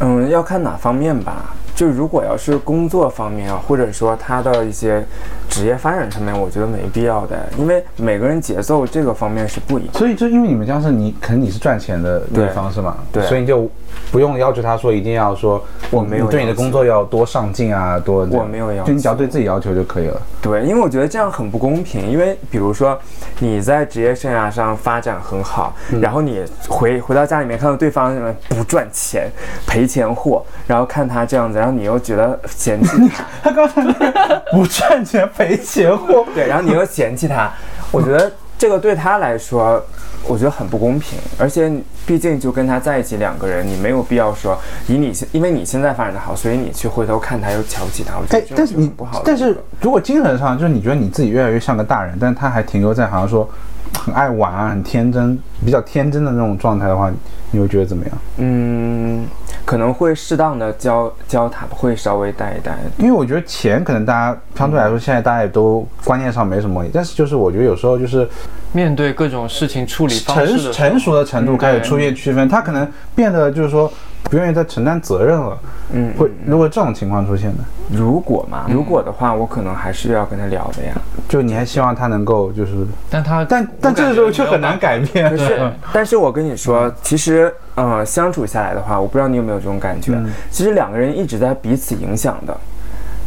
C: 嗯，要看哪方面吧。就如果要是工作方面啊，或者说他的一些职业发展上面，我觉得没必要的，因为每个人节奏这个方面是不一样。
B: 所以就因为你们家是你，可能你是赚钱的那
C: 对
B: 方是吗？
C: 对
B: 所以你就不用要求他说一定要说我
C: 没有
B: 对你的
C: 要求
B: 工作要多上进啊，多
C: 我没有要
B: 就你只要
C: 求
B: 对自己要求就可以了。
C: 对，因为我觉得这样很不公平。因为比如说，你在职业生涯上发展很好，然后你回回到家里面看到对方什么不赚钱、赔钱货，然后看他这样子，然然后你又觉得嫌弃他，
B: 他刚才那个不赚钱赔钱货，
C: 对，然后你又嫌弃他，我觉得这个对他来说，我觉得很不公平。而且毕竟就跟他在一起两个人，你没有必要说以你现因为你现在发展的好，所以你去回头看他又瞧不起他，我觉
B: 哎
C: 得，这
B: 但
C: 种
B: 是
C: 很
B: 你
C: 不好的一个。
B: 但是如果精神上就是你觉得你自己越来越像个大人，但他还停留在好像说很爱玩啊、很天真、比较天真的那种状态的话，你会觉得怎么样？
C: 嗯，可能会适当的教教他，会稍微带一带。
B: 因为我觉得钱可能大家相对来说现在大家也都观念上没什么问题，但是就是我觉得有时候就是
A: 面对各种事情处理方式的时候
B: 成
A: 嗯
B: 成熟的程度开始出现区分，他可能变得就是说不愿意再承担责任了。
C: 嗯，
B: 会嗯如果这种情况出现呢，
C: 如果嘛，如果的话，我可能还是要跟他聊的呀。
B: 就你还希望他能够就是，
A: 但他
B: 但但这个时候就很难
A: 改。
B: 改变
C: 可。 是，但是我跟你说，其实，嗯、相处下来的话，我不知道你有没有这种感觉，
B: 嗯
C: 其实两个人一直在彼此影响的。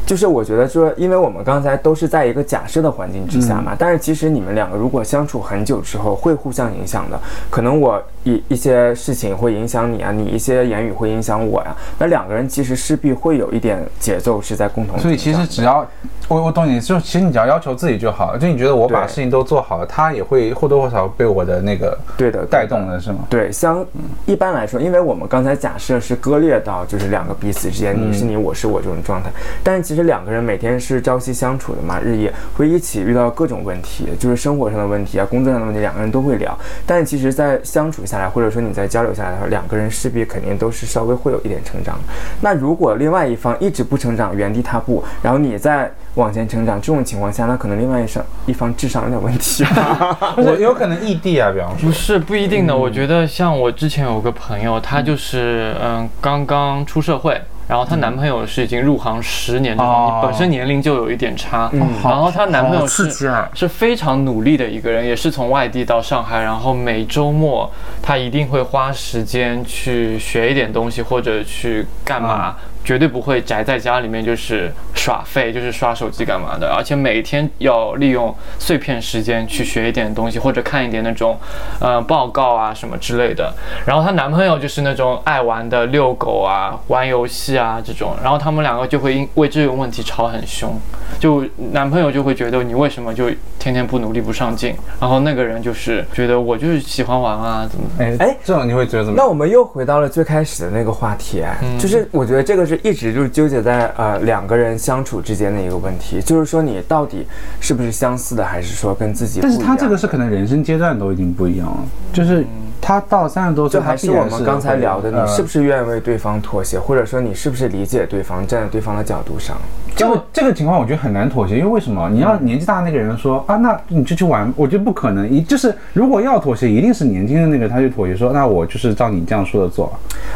C: 就是我觉得说，因为我们刚才都是在一个假设的环境之下
B: 嗯
C: 嘛，但是其实你们两个如果相处很久之后，会互相影响的。可能我一一些事情会影响你啊，你一些言语会影响我呀、那两个人其实势必会有一点节奏是在共同成长
B: 所以
C: 的。
B: 其实只要我我懂你，就其实你只要要求自己就好了，就你觉得我把
C: 对
B: 事情都做好了，他也会或多或少被我的那个
C: 对的，对的
B: 带动的是吗？
C: 对，相一般来说，因为我们刚才假设是割裂到就是两个彼此之间，你是你，我是我这种状态，但是其实两个人每天是朝夕相处的嘛，日夜会一起遇到各种问题，就是生活上的问题啊，工作上的问题，两个人都会聊。但其实，在相处下来，或者说你在交流下来的话，两个人势必肯定都是稍微会有一点成长的。那如果另外一方一直不成长，原地踏步，然后你再往前成长，这种情况下，那可能另外一上一方智商有点问题吧。
A: 啊
B: 我有可能异地啊，比方说
A: 不，是不一定的，我觉得像我之前有个朋友，她就是嗯刚刚出社会，然后她男朋友是已经入行十年这种，
B: 哦
A: 你本身年龄就有一点差，然后她男朋友
B: 啊
A: 是是非常努力的一个人，也是从外地到上海，然后每周末她一定会花时间去学一点东西或者去干嘛，绝对不会宅在家里面就是耍废，就是刷手机干嘛的，而且每天要利用碎片时间去学一点东西或者看一点那种，呃，报告啊什么之类的。然后她男朋友就是那种爱玩的遛狗啊、玩游戏啊这种，然后他们两个就会因为这种问题吵很凶，就男朋友就会觉得你为什么就天天不努力不上进，然后那个人就是觉得我就是喜欢玩啊怎么的。
B: 哎
C: 哎
B: 这种你会觉得怎么
C: 那
B: 样？
C: 我们又回到了最开始的那个话题，啊
B: 嗯
C: 就是我觉得这个是一直就是纠结在呃两个人相处之间的一个问题，就是说你到底是不是相似的，还是说跟自己不
B: 但
C: 一
B: 是
C: 样？
B: 他这个是可能人生阶段都已经不一样了，就是他到三十多岁，
C: 就还
B: 他必
C: 是我
B: 然
C: 们刚才
B: 会
C: 聊的，
B: 呃
C: 你是不是愿意为对方妥协，或者说你是不是理解对方，站在对方的角度上？
B: 这个这个情况我觉得很难妥协，因为为什么？你
C: 嗯
B: 要年纪大那个人说啊，那你就去玩，我觉得不可能。一就是如果要妥协，一定是年轻的那个他就妥协说，那我就是照你这样说的做。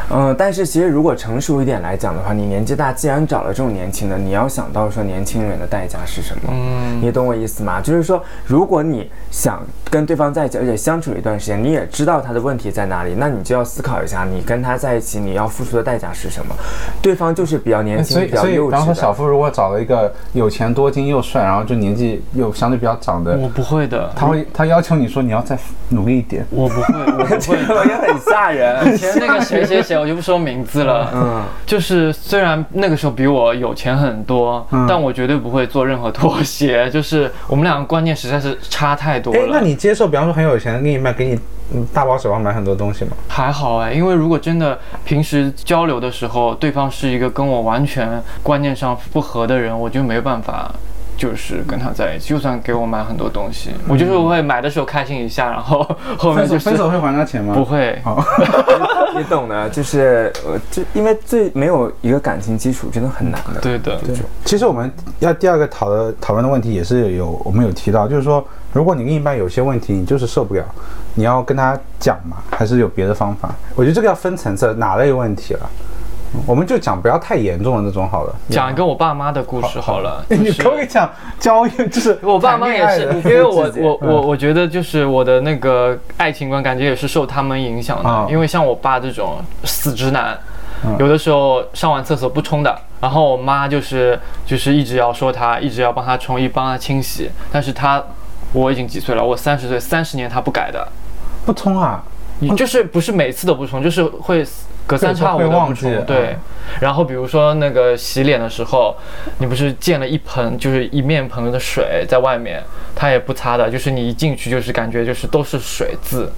C: 嗯，但是其实如果成熟一点来讲的话，你年纪大，既然找了这种年轻的，你要想到说年轻人的代价是什么。嗯，你懂我意思吗？就是说，如果你想跟对方在一起，而且相处了一段时间，你也知道他的问题在哪里，那你就要思考一下，你跟他在一起，你要付出的代价是什么。哎对方就是比较年轻，
B: 所以
C: 比较
B: 所以，
C: 幼
B: 比方
C: 稚
B: 说
C: 的。
B: 小付如果找了一个有钱多金又帅，然后就年纪又相对比较长
C: 嗯
B: 的，
A: 我不会的，
B: 他会他要求你说你要再努力一点。
A: 我不会，我不会。
C: 我也很吓人
A: 以。前那个谁谁谁，我就不说名字了。
C: 嗯，
A: 就是虽然那个时候比我有钱很多，但我绝对不会做任何妥协。就是我们两个观念实在是差太多了。
B: 哎，那你接受，比方说很有钱的另一半给你嗯大包小包买很多东西吗？
A: 还好哎，因为如果真的平时交流的时候，对方是一个跟我完全观念上不合的人，我就没办法。就是跟他在一起，就算给我买很多东西，我就是会买的时候开心一下，然后后面
B: 分手
A: 就是
B: 分手会还他钱吗？
A: 不会，
C: 你懂的，就是呃，就因为最没有一个感情基础，真的很难的。
A: 对的，
B: 其实我们要第二个讨论讨论的问题也是有我们有提到，就是说，如果你另一半有些问题，你就是受不了，你要跟他讲嘛，还是有别的方法？我觉得这个要分层次，哪类问题了，我们就讲不要太严重的那种好了。
A: 讲一个我爸妈的故事好了。
B: 你
A: 就是
B: 可不可以讲交友？ 就是
A: 我爸妈也是
B: 谈，
A: 因
B: 恋
A: 为
B: 爱的嗯
A: 我
C: 自己
A: 我我我觉得就是我的那个爱情观，感觉也是受他们影响的。
B: 啊嗯
A: 因为像我爸这种死直男，有的时候上完厕所不冲的，然后我妈就是就是一直要说他，一直要帮他冲，一帮他清洗。但是他我已经几岁了，我三十岁，三十年他不改的。
B: 不通啊，
A: 你就是不是每次都不冲，就是哦会嗯隔三差五
B: 会
A: 的
B: 忘
A: 不
B: 记
A: 冲。对，然后比如说那个洗脸的时候，你不是溅了一盆就是一面盆的水在外面，它也不擦的，就是你一进去就是感觉就是都是水渍，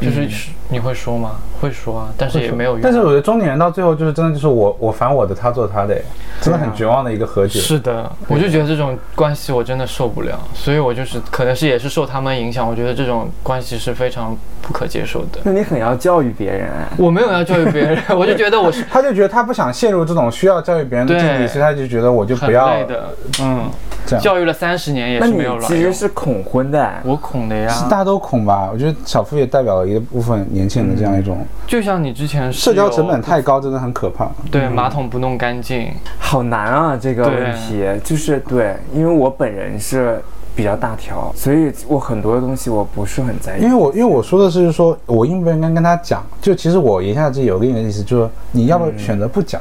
A: 就是、你会说吗？会嗯说啊，但是也没有用。
B: 但是我觉得中年人到最后就是真的就是我我烦我的，他做他的，真的很绝望的一个和解。
A: 是的，我就觉得这种关系我真的受不了，所以我就是可能是也是受他们影响，我觉得这种关系是非常不可接受的。
C: 那你很要教育别人哎。
A: 我没有要教育别 人，我就觉得我是
B: 他就觉得他不想陷入这种需要教育别人的
A: 对
B: 境地，所以他就觉得我就
A: 很
B: 不要
A: 累的，嗯，
B: 这样。
A: 教育了三十年也
C: 那
A: 是
C: 你
A: 没有卵
C: 其
A: 用
C: 实。是恐婚的哎，
A: 我恐的呀，
B: 是大家都恐吧？我觉得小夫也代表了一部分年轻人的这样一种
A: 就像你之前是
B: 社交
A: 有
B: 成本嗯太高，真的很可怕。
A: 对马桶不弄干净，
C: 好难啊这个
A: 对
C: 问题，就是对，因为我本人是比较大条，所以我很多东西我不是很在意
B: 因为。我因为我说的是就是说我应不应该跟他讲？就其实我言下之意有另一个意思，就是你要不要选择不讲，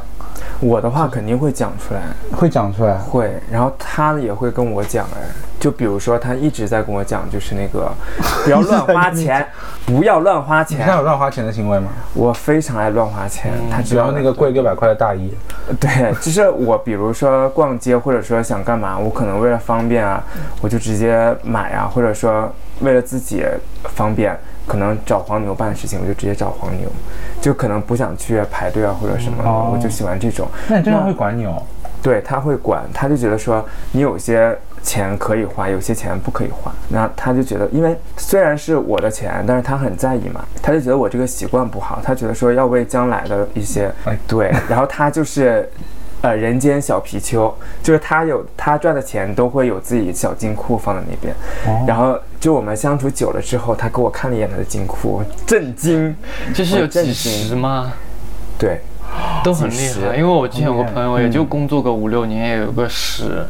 C: 我的话肯定会讲出来，
B: 会讲出来。
C: 会，然后他也会跟我讲哎，就比如说他一直在跟我讲，就是那个不要乱花钱，不要乱花
B: 你现在
C: 钱
B: 有，乱花钱的行为吗？
C: 我非常爱乱花钱，他知
B: 只要
C: 道
B: 那个贵六百块的大衣，
A: 啊
C: 对，就是我，比如说逛街，或者说想干嘛，我可能为了方便啊，我就直接买啊，或者说为了自己方便，可能找黄牛办事情，我就直接找黄牛，就可能不想去排队啊或者什么的，
B: 哦
C: 我就喜欢这种。
B: 那你真的
C: 那
B: 会管你哦？
C: 对他会管，他就觉得说你有些钱可以花，有些钱不可以花。那他就觉得，因为虽然是我的钱，但是他很在意嘛，他就觉得我这个习惯不好，他觉得说要为将来的一些
B: 哎
C: 对，然后他就是。呃，人间小貔貅，就是他有他赚的钱都会有自己小金库放在那边，
A: 啊
C: 然后就我们相处久了之后，他给我看了一眼他的金库，震惊，
A: 就是有
C: 我震
A: 几
C: 惊
A: 十吗？
C: 对，
A: 都很
C: 几
A: 厉
C: 十
A: 害。因为我之前有个
B: 很厉害嗯
A: 朋友，也就工作个五六年，也有个十，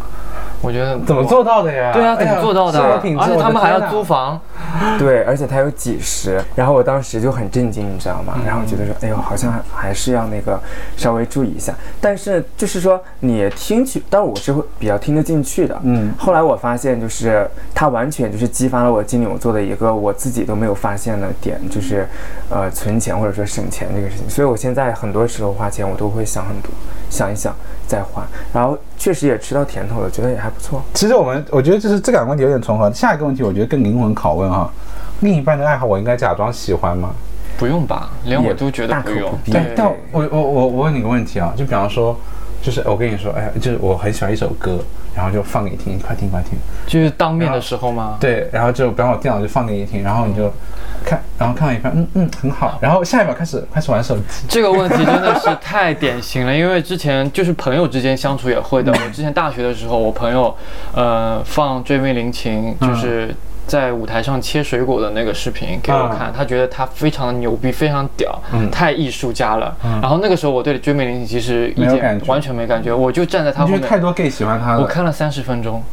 A: 我觉得
B: 怎么？做到的呀？
A: 对啊，
B: 哎
A: 怎
B: 呀
A: 么做到的
B: 生活
A: 啊？
B: 品质
A: 而且他们还
B: 我的
A: 要
B: 天哪
A: 租房，
C: 对，而且他有几十，然后我当时就很震惊，你知道吗？然后觉得
A: 嗯
C: 说，哎呦，好像还还是要那个稍微注意一下。但是就是说，你听去，但我是会比较听得进去的。
B: 嗯
C: 后来我发现，就是他完全就是激发了我金牛座的一个我自己都没有发现的点，就是呃存钱或者说省钱这个事情。所以我现在很多时候花钱，我都会想很多，想一想再花。然后确实也吃到甜头了，觉得也还不错。
B: 其实我们我觉得就是这两个问题有点重合。下一个问题我觉得更灵魂拷问哈，另一半的爱好我应该假装喜欢吗？
A: 不用吧？连我
C: 也
A: 都觉
C: 大
A: 得不
C: 可
A: 用
C: 不。必
A: 对
B: 但但我我我我问你个问题啊，就比方说，就是我跟你说，哎呀，就是我很喜欢一首歌，然后就放给你听，快听快听。
A: 就是当面的时候吗？
B: 对，然后就比方我电脑就放给你听，然后你就看，然后看到一半，嗯嗯，很好，然后下一秒开始开始玩手机。
A: 这个问题真的是太典型了，因为之前就是朋友之间相处也会
B: 嗯
A: 的。我之前大学的时候，我朋友呃放《追命林琴》，就是
B: 嗯
A: 在舞台上切水果的那个视频给我看，他觉得他非常的牛逼，非常屌，
B: 嗯
A: 太艺术家了。然后那个时候我对《追命林琴》其实
B: 没
A: 一
B: 有
A: 点
B: 感觉
A: 完全没感觉，我就站在他
B: 你
A: 后
B: 觉
A: 面
B: 得太多 gay 喜欢他
A: 我
B: 了，
A: 看了三十分钟，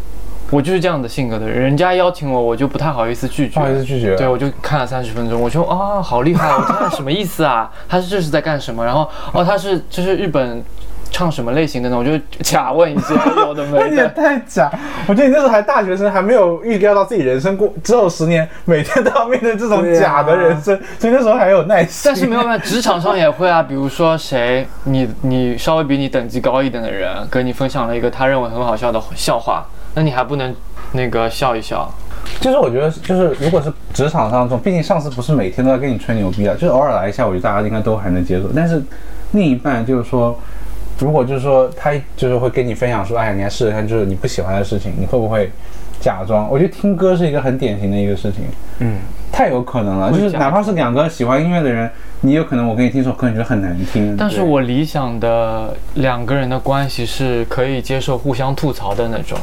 A: 我就是这样的性格的人，人家邀请我，我就不太好意思拒绝，
B: 不好意思拒绝
A: 对，我就看了三十分钟，我就啊、好厉害！我看什么意思啊？他是这是在干什么？然后哦，他是这是日本唱什么类型的呢？我就假问一些有的没
B: 你 也
A: 的。
B: 太假！我觉得你那时候还大学生，还没有预料到自己人生过之后十年，每天都要面对这种
C: 对啊
B: 假的人生，所以那时候还有耐心。
A: 但是没有办法，职场上也会啊，比如说谁，你你稍微比你等级高一点的人跟你分享了一个他认为很好笑的笑话，那你还不能那个笑一笑？
B: 就是我觉得，就是如果是职场上这种，毕竟上司不是每天都在跟你吹牛逼啊，就是偶尔来一下，我觉得大家应该都还能接受。但是另一半就是说，如果就是说他就是会跟你分享说，哎，你来试试看，就是你不喜欢的事情，你会不会假装？我觉得听歌是一个很典型的一个事情，
C: 嗯，
B: 太有可能了。就是哪怕是两个喜欢音乐的人，你有可能我给你听一首歌，你觉得很难听，
A: 但是我理想的两个人的关系是可以接受互相吐槽的那种，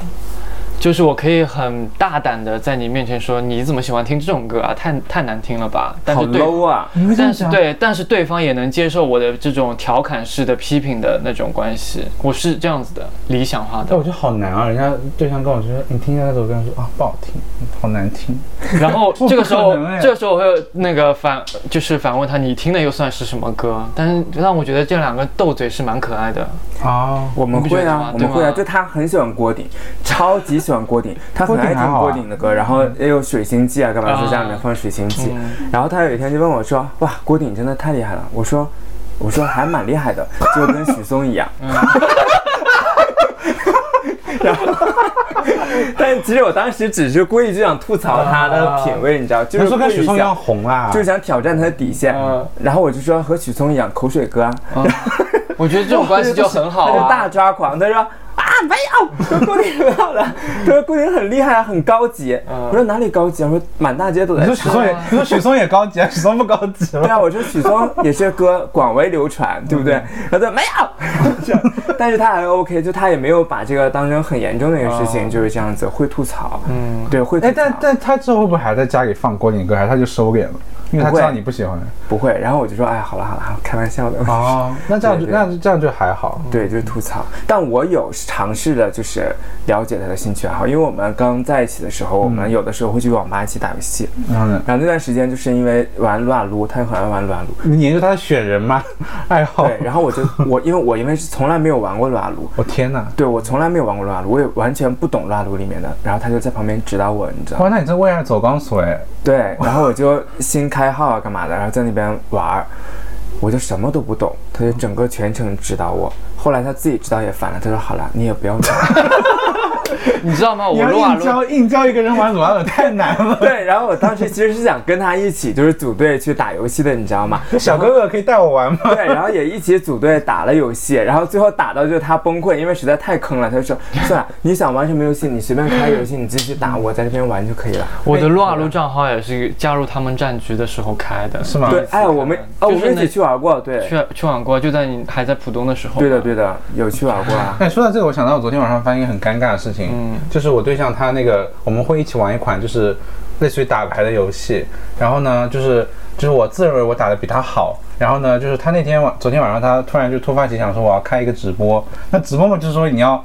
A: 就是我可以很大胆的在你面前说你怎么喜欢听这种歌啊，太太难听了吧？但
C: 好
A: 是对，
C: low 啊！
B: 你会这样
A: 但是
B: 想？
A: 对，但是对方也能接受我的这种调侃式的批评的那种关系，我是这样子的理想化
B: 但
A: 的。
B: 我觉得好难啊！人家对象跟我说，你听一下那首歌，说啊不好听，好难听。
A: 然后这个时
B: 不
A: 候
B: 可能哎，
C: 欸
A: 这个时候我会那个反，就是反问他你听的又算是什么歌？但是让我觉得这两个斗嘴是蛮可爱的。
B: 啊，
C: 我们
A: 你不觉
C: 会
A: 得
C: 啊
A: 吗，
C: 我
A: 对
C: 们会啊，
A: 吗
C: 就他很喜欢锅底，超级喜喜欢郭顶，他很
B: 郭顶
C: 爱
B: 还
C: 听
B: 好啊
C: 郭顶的歌，然后也有水星记啊，干嘛说
A: 啊
C: 家里面放水星记
A: 嗯？
C: 然后他有一天就问我说：“哇，郭顶真的太厉害了。”我说：“我说还蛮厉害的，就跟许嵩一样。”
A: 嗯
C: 然后，但其实我当时只是故意就想吐槽他的品味，你知道，就
B: 他
C: 是
B: 说跟
C: 故意
B: 许嵩一样
C: 想
B: 红啊啦，
C: 就是想挑战他的底线
A: 嗯。
C: 然后我就说和许嵩一样口水歌啊，
A: 我觉得这种关系就很好
C: 他就大
A: 啊。
C: 抓狂，他说啊没有， 说固定不要了，他说固定啊很厉害啊，很高级。
A: 嗯
C: 我说哪里高级啊？我说满大街都
B: 你
C: 在
B: 说许
C: 唱。啊
B: 嵩也，你说许嵩也高级啊，许嵩不高级
C: 对
B: 吗？
C: 啊，我说许嵩也是歌广为流传，对不对？然后他没有， 这样但是他还 OK，就他也没有把这个当成很严重的一个事情，就是这样子，会吐槽，
A: 嗯，
C: 对，会吐
B: 哎，
C: 槽
B: 但但他之后会不会还在家里放郭顶歌，还是他就收敛了？因为他
C: 不会
B: 知道你不喜欢。
C: 不会。然后我就说，哎，好了好了，好了开玩笑的。
B: 哦，那这样就
C: 对对
B: 那这样就还好。
C: 对，就是吐槽。但我有尝试着就是了解他的兴趣爱好，因为我们刚在一起的时候，我们有的时候会去网吧一起打游戏。
B: 然后呢，
C: 然后那段时间就是因为玩撸啊撸，他也很爱玩撸啊撸。
B: 你研究他的选人吗？ 爱好？
C: 对，然后我就我因为我因为是从来没有玩过撸啊撸，
B: 我天哪！
C: 对我从来没有玩过撸啊撸，我也完全不懂撸啊撸里面的。然后他就在旁边指导我，你知道吗？
B: 哇，那你这为爱走钢索哎！
C: 对，然后我就新开号啊干嘛的，然后在那边玩儿，我就什么都不懂，他就整个全程指导我。后来他自己指导也烦了，他说好了，你也不要玩。
A: 你知道吗？
B: 你
A: 我
B: 要
A: 撸啊
B: 硬
A: 撸，
B: 教硬教一个人玩撸啊撸太难了。
C: 对，然后我当时其实是想跟他一起就是组队去打游戏的，你知道吗？
B: 小哥哥可以带我玩吗？
C: 对，然后也一起组队打了游戏，然后最后打到就是他崩溃，因为实在太坑了，他就说算了，你想玩什么游戏，你随便开个游戏，你继续打，我在这边玩就可以了。
A: 我的撸啊撸账号也是加入他们战局的时候开的，
B: 是吗？
C: 对，哎，我们哦，我
A: 就是
C: 们一
A: 那
C: 起去玩过，对，
A: 去去玩过，就在你还在浦东的时候。
C: 对的，对的，有去玩过啊。
B: 哎，说到这个，我想到我昨天晚上发生一个很尴尬的事情，
A: 嗯
B: 就是我对象他那个我们会一起玩一款就是类似于打牌的游戏，然后呢，就是就是我自认为我打的比他好，然后呢，就是他那天晚昨天晚上他突然就突发奇想说我要开一个直播，那直播嘛就是说你要。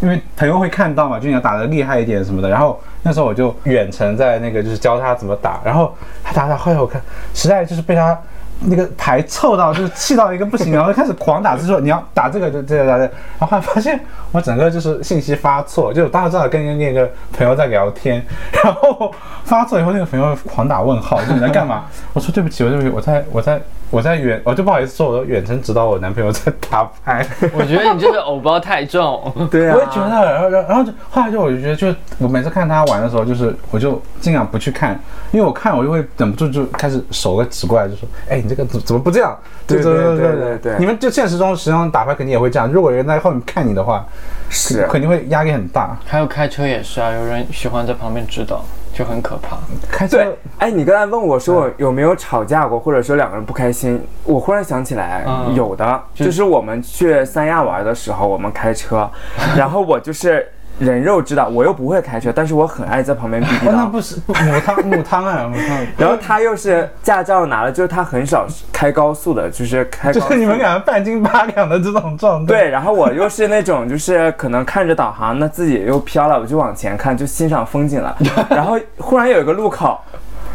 B: 因为朋友会看到嘛，就你要打得厉害一点什么的。然后那时候我就远程在那个就是教他怎么打，然后他打打，后来我看实在就是被他那个牌凑到，就是气到一个不行，然后就开始狂打字说你要打这个就这个打这个，然后后来发现我整个就是信息发错，就我当时正好跟那个朋友在聊天，然后发错以后那个朋友狂打问号，就你在干嘛？我说对不起，我对不起，我在我在我在远，我就不好意思说我远程指导我男朋友在打牌。
A: 我觉得你这个偶包太重。
C: 对啊，
B: 我也觉得，然后然后然后就后来就我就觉得，就我每次看他玩的时候，就是我就尽量不去看，因为我看我就会忍不住就开始手个指过来，就说，哎，你这个怎怎么不这样？
C: 对
B: 就
C: 对
B: 就就
C: 对对对
B: 你们就现实中实际上打牌肯定也会这样，如果有人在后面看你的话，
C: 是
B: 肯定会压力很大。
A: 还有开车也是啊，有人喜欢在旁边指导，就很可怕。
B: 开车
C: 对，哎，你刚才问我说我
B: 嗯
C: 有没有吵架过，或者说两个人不开心，我忽然想起来，
A: 嗯
C: 有的，
A: 就
C: 就是我们去三亚玩的时候，我们开 车，然后我就是人肉知道，我又不会开车，但是我很爱在旁边逼 逼
B: 哦，那
C: 叨。
B: 不是不 母汤母汤啊，母汤。
C: 然后他又是驾照拿了，就是他很少开高速的，就是开
B: 就
C: 高速。
B: 是你们俩半斤八两的这种状态，
C: 对，然后我又是那种，就是可能看着导航，那自己又飘了，我就往前看，就欣赏风 景了。然后忽然有一个路口，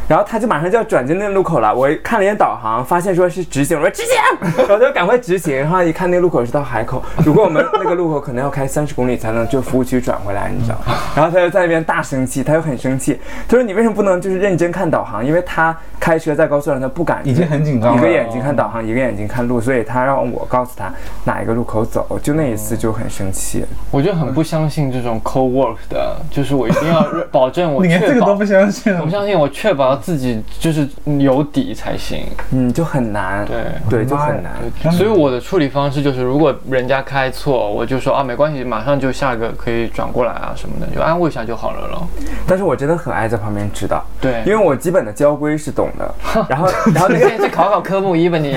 C: 然后他就马上就要转进那路口了。我一看了一眼导航，发现说是直行，我说直行，然后就赶快直行。然后一看那路口是到海口，如果我们那个路口可能要开三十公里才能就服务区转回来，你知道吗？然后他就在那边大生气，他又很生气，他说你为什么不能就是认真看导航？因为他开车在高速上他不敢
B: 已经很紧张
C: 一个
B: 了。
C: 眼睛看导航，一个眼睛看路，所以他让我告诉他哪一个路口走，就那一次就很生气。
A: 我就很不相信这种 co work 的，就是我一定要保证我
B: 你连这
A: 确
B: 个都
A: 保
B: 不，相信
A: 我不相信我确保自己就是有底才行。
C: 嗯，就很难，
A: 对，
C: 对，就
B: 妈呀
C: 很难。
A: 所以我的处理方式就是，如果人家开错，我就说啊没关系，马上就下一个可以转过来啊什么的，就安慰一下就好了咯。
C: 但是我真的很爱在旁边指导，
A: 对，
C: 因为我基本的交规是懂 的。然后，然后那
A: 你
C: 个
A: 现在去考考科目一吧你。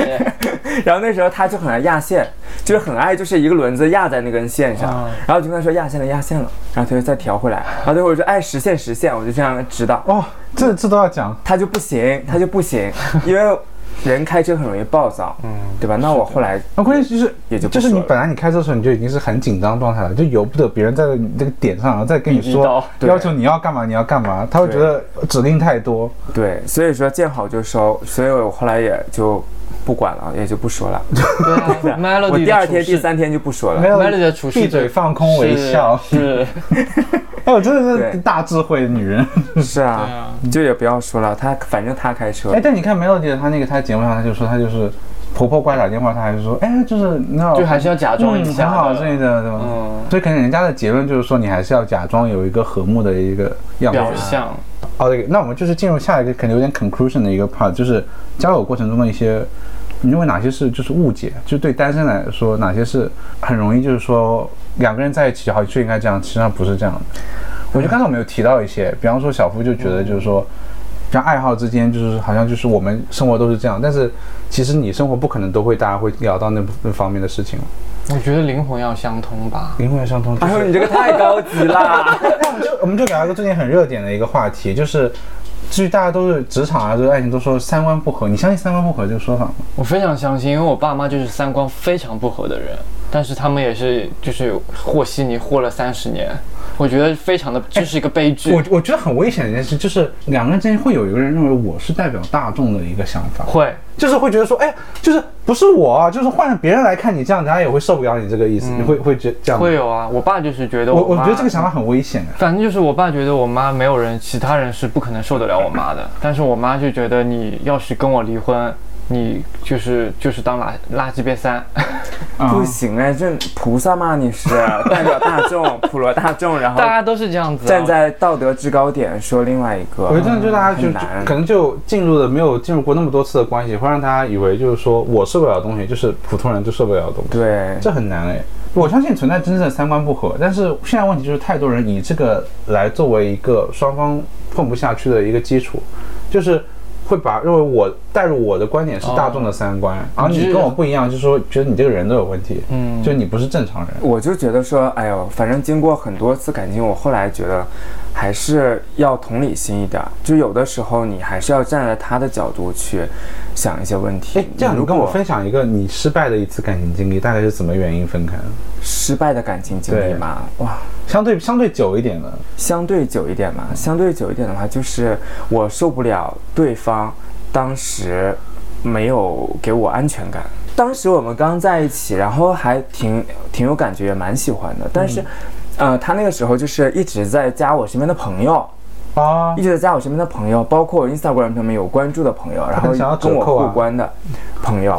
C: 然后那时候他就很爱压线，就是很爱就是一个轮子压在那根线上，
B: 啊
C: 然后我就跟他说压线了压线了，然后他就再调回来，然后最后我说哎实线实线，我就这样指导，
B: 哦，这这都要讲。
C: 他就不行，他就不行，因为人开车很容易暴躁，嗯，对吧？那我后来
B: 那啊关键就是，
C: 也就不
B: 就是
C: 说
B: 你
C: 了
B: 本来你开车的时候你就已经是很紧张状态了，就由不得别人在你这个点上，然后再跟你
A: 你知道
B: 说
C: 对
B: 要求你要干嘛你要干嘛，他会觉
C: 对
B: 得指令太多。
C: 对，所以说见好就收，所以我后来也就不不管了，也就不说了。
A: 对啊，Melody
C: 我第二天、
A: 的处
C: 第
A: 事
C: 三天就不说
B: 没
C: 了。
B: 有
A: Melody 的处事
B: 闭嘴放空微笑
A: 是，是
B: 哎，我真的是
C: 对
B: 大智慧的女人。
C: 是
A: 对
C: 啊，
A: 啊，
C: 就也不要说了。他反正他开车
B: 哎，，但你看 Melody 她那个她节目上，她就说她就是婆婆挂打电话，她还是说，哎，就是那
A: 就还是要假装一下
B: 嗯、很好
A: 的
B: 之类的，对吧？
A: 嗯
B: 所以可能人家的结论就是说，你还是要假装有一个和睦的一个样
A: 表
B: 子。
A: 象。
B: 哦，对，那我们就是进入下一个可能有点 conclusion 的一个 part，就是交友过程中的一些，你认为哪些是就是误解？就对单身来说，哪些是很容易就是说两个人在一起好像就应该这样，实际上不是这样的。我觉得刚才我们有提到一些，比方说小夫就觉得就是说，像爱好之间就是好像就是我们生活都是这样，但是其实你生活不可能都会大家会聊到那部分方面的事情，
A: 我觉得灵魂要相通吧。
B: 灵魂相通。就是
C: 哎呦，你这个太高级 啦！
B: 那我们就我们就聊一个最近很热点的一个话题，就是。至于大家都是职场啊，就是爱情，都说三观不合。你相信三观不合这个说法吗？
A: 我非常相信，因为我爸妈就是三观非常不合的人，但是他们也是就是和稀泥和了三十年，我觉得非常的这是一个悲剧。
B: 我我觉得很危险的一件事，就是两个人之间会有一个人认为我是代表大众的一个想法，
A: 会，
B: 就是会觉得说，哎，就是不是我啊，就是换别人来看你这样，大家也会受不了你这个意思，你会会觉这样吗。
A: 会有嗯啊。我爸就是觉得
B: 我
A: 我
B: 我
A: 妈
B: 觉得这个想法很危险啊。
A: 反正就是我爸觉得我妈没有人，其他人是不可能受得了我妈的。但是我妈就觉得你要是跟我离婚，你就是就是当垃垃圾瘪三。
B: 嗯
C: 不行哎，这菩萨嘛 你是代表大众，普罗大众，然后
A: 大家都是这样子、啊，
C: 站在道德制高点说另外一个，嗯
B: 我觉得真的就大家就
C: 很
B: 就
C: 难
B: 可能就进入了没有进入过那么多次的关系，会让大家以为就是说我受不了的东西，就是普通人就受不了的东西。
C: 对，
B: 这很难哎。我相信存在真正的三观不合，但是现在问题就是太多人以这个来作为一个双方混不下去的一个基础，就是会把认为我带入我的观点是大众的三观，而
A: 你
B: 你
A: 是
B: 跟我不一样，就是说觉得你这个人都有问题，
A: 嗯
B: 就你不是正常人。
C: 我就觉得说，哎呦，反正经过很多次感情，我后来觉得还是要同理心一点儿，就有的时候你还是要站在他的角度去想一些问题。
B: 哎，这样你
C: 如
B: 跟我
C: 果
B: 分享一个你失败的一次感情经历，大概是怎么原因分开的？
C: 失败的感情经历
B: 对
C: 嘛，哇，
B: 相对相对久一点的，
C: 相对久一点嘛，相对久一点的话，就是我受不了对方当时没有给我安全感。当时我们刚在一起，然后还挺挺有感觉，也蛮喜欢的。但
B: 嗯
C: 是，呃，他那个时候就是一直在加我身边的朋友，
B: 啊
C: 一直在加我身边的朋友，包括我 Instagram 上面有关注的朋友，然
B: 很 想要
C: 后跟
B: 折扣啊
C: 我互关的 朋友，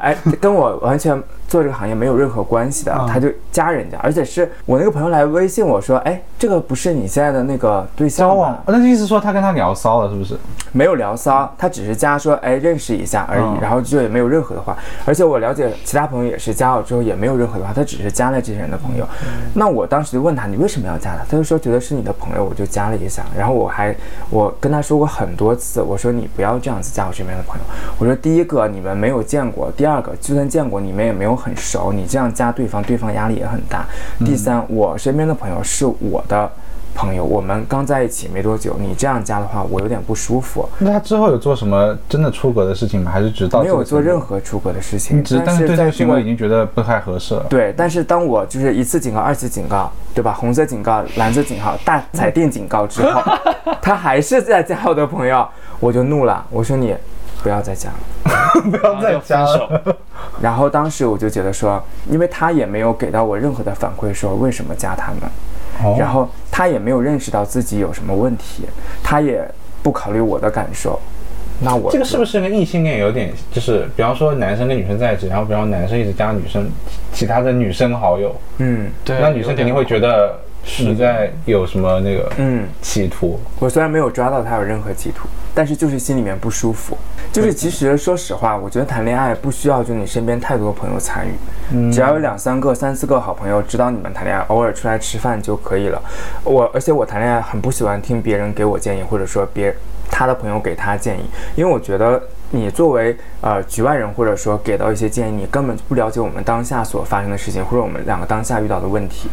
C: 哎，跟我完全做这个行业没有任何关系的，
B: 嗯
C: 他就加人家，而且是我那个朋友来微信我说，哎，这个不是你现在的那个对象
B: 交
C: 吗
B: 往，那就意思说他跟他聊骚了，是不是？
C: 没有聊骚，他只是加说，哎，认识一下而已，
B: 嗯
C: 然后就也没有任何的话。而且我了解其他朋友也是加我之后也没有任何的话，他只是加了这些人的朋友。那我当时就问他，你为什么要加他？他就说觉得是你的朋友，我就加了一下。然后我还我跟他说过很多次，我说你不要这样子加我身边的朋友。我说第一个你们没有见过，第二个就算见过你们也没有很熟，你这样加对方，对方压力也很大。第三，我身边的朋友是我的。朋友，我们刚在一起没多久，你这样加的话，我有点不舒服。
B: 那他之后有做什么真的出格的事情吗？还是直到
C: 没有
B: 这个
C: 做
B: 程度
C: 任何出格的事情
B: 你，只但
C: 嗯是
B: 是对这
C: 在
B: 个行为已经觉得不太合适了。
C: 对，但是当我就是一次警告、二次警告，对吧？红色警告、蓝色警告、大彩电警告之后，他还是在加我的朋友，我就怒了，我说你不要再加了。
B: 不要
A: 然后就分手。
C: 然后当时我就觉得说，因为他也没有给到我任何的反馈，说为什么加他们，然
B: 哦，
C: 后他也没有认识到自己有什么问题，他也不考虑我的感受，那我
B: 这个
C: 就是
B: 不是跟异性恋有点，就是比方说男生跟女生在一起，然后比方说男生一直加女生其他的女生好友，
C: 嗯
A: 对，
B: 那女生肯定会觉得你在有什么那个
C: 嗯。
B: 企图。
C: 我虽然没有抓到他有任何企图，但是就是心里面不舒服。就是其实说实话，我觉得谈恋爱不需要就你身边太多朋友参与，只要有两三个、三四个好朋友知道你们谈恋爱，偶尔出来吃饭就可以了。我而且我谈恋爱很不喜欢听别人给我建议，或者说别他的朋友给他建议，因为我觉得你作为呃局外人，或者说给到一些建议，你根本就不了解我们当下所发生的事情，或者我们两个当下遇到的问题。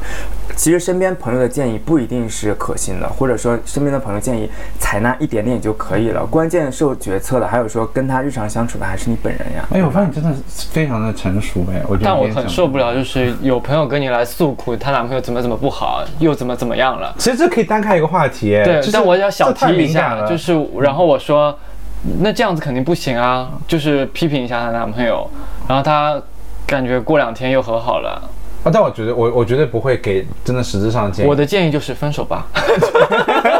C: 其实身边朋友的建议不一定是可信的，或者说身边的朋友建议采纳一点点就可以了。关键受决策的，还有说跟他日常相处的还是你本人呀。
B: 哎，我发现你真的是非常的成熟哎，我觉得。
A: 但我很受不。了，就是有朋友跟你来诉苦，她男朋友怎么怎么不好，又怎么怎么样了。
B: 其实这可以单开一个话题哎。
A: 对
B: 就是，
A: 但我要小
B: 这太
A: 提一
B: 敏感
A: 下，
B: 了
A: 就是然后我说。那这样子肯定不行啊，就是批评一下她男朋友，然后她感觉过两天又和好了。
B: 啊，但我觉得我我绝对不会给真的实质上的建议。
A: 我的建议就是分手吧，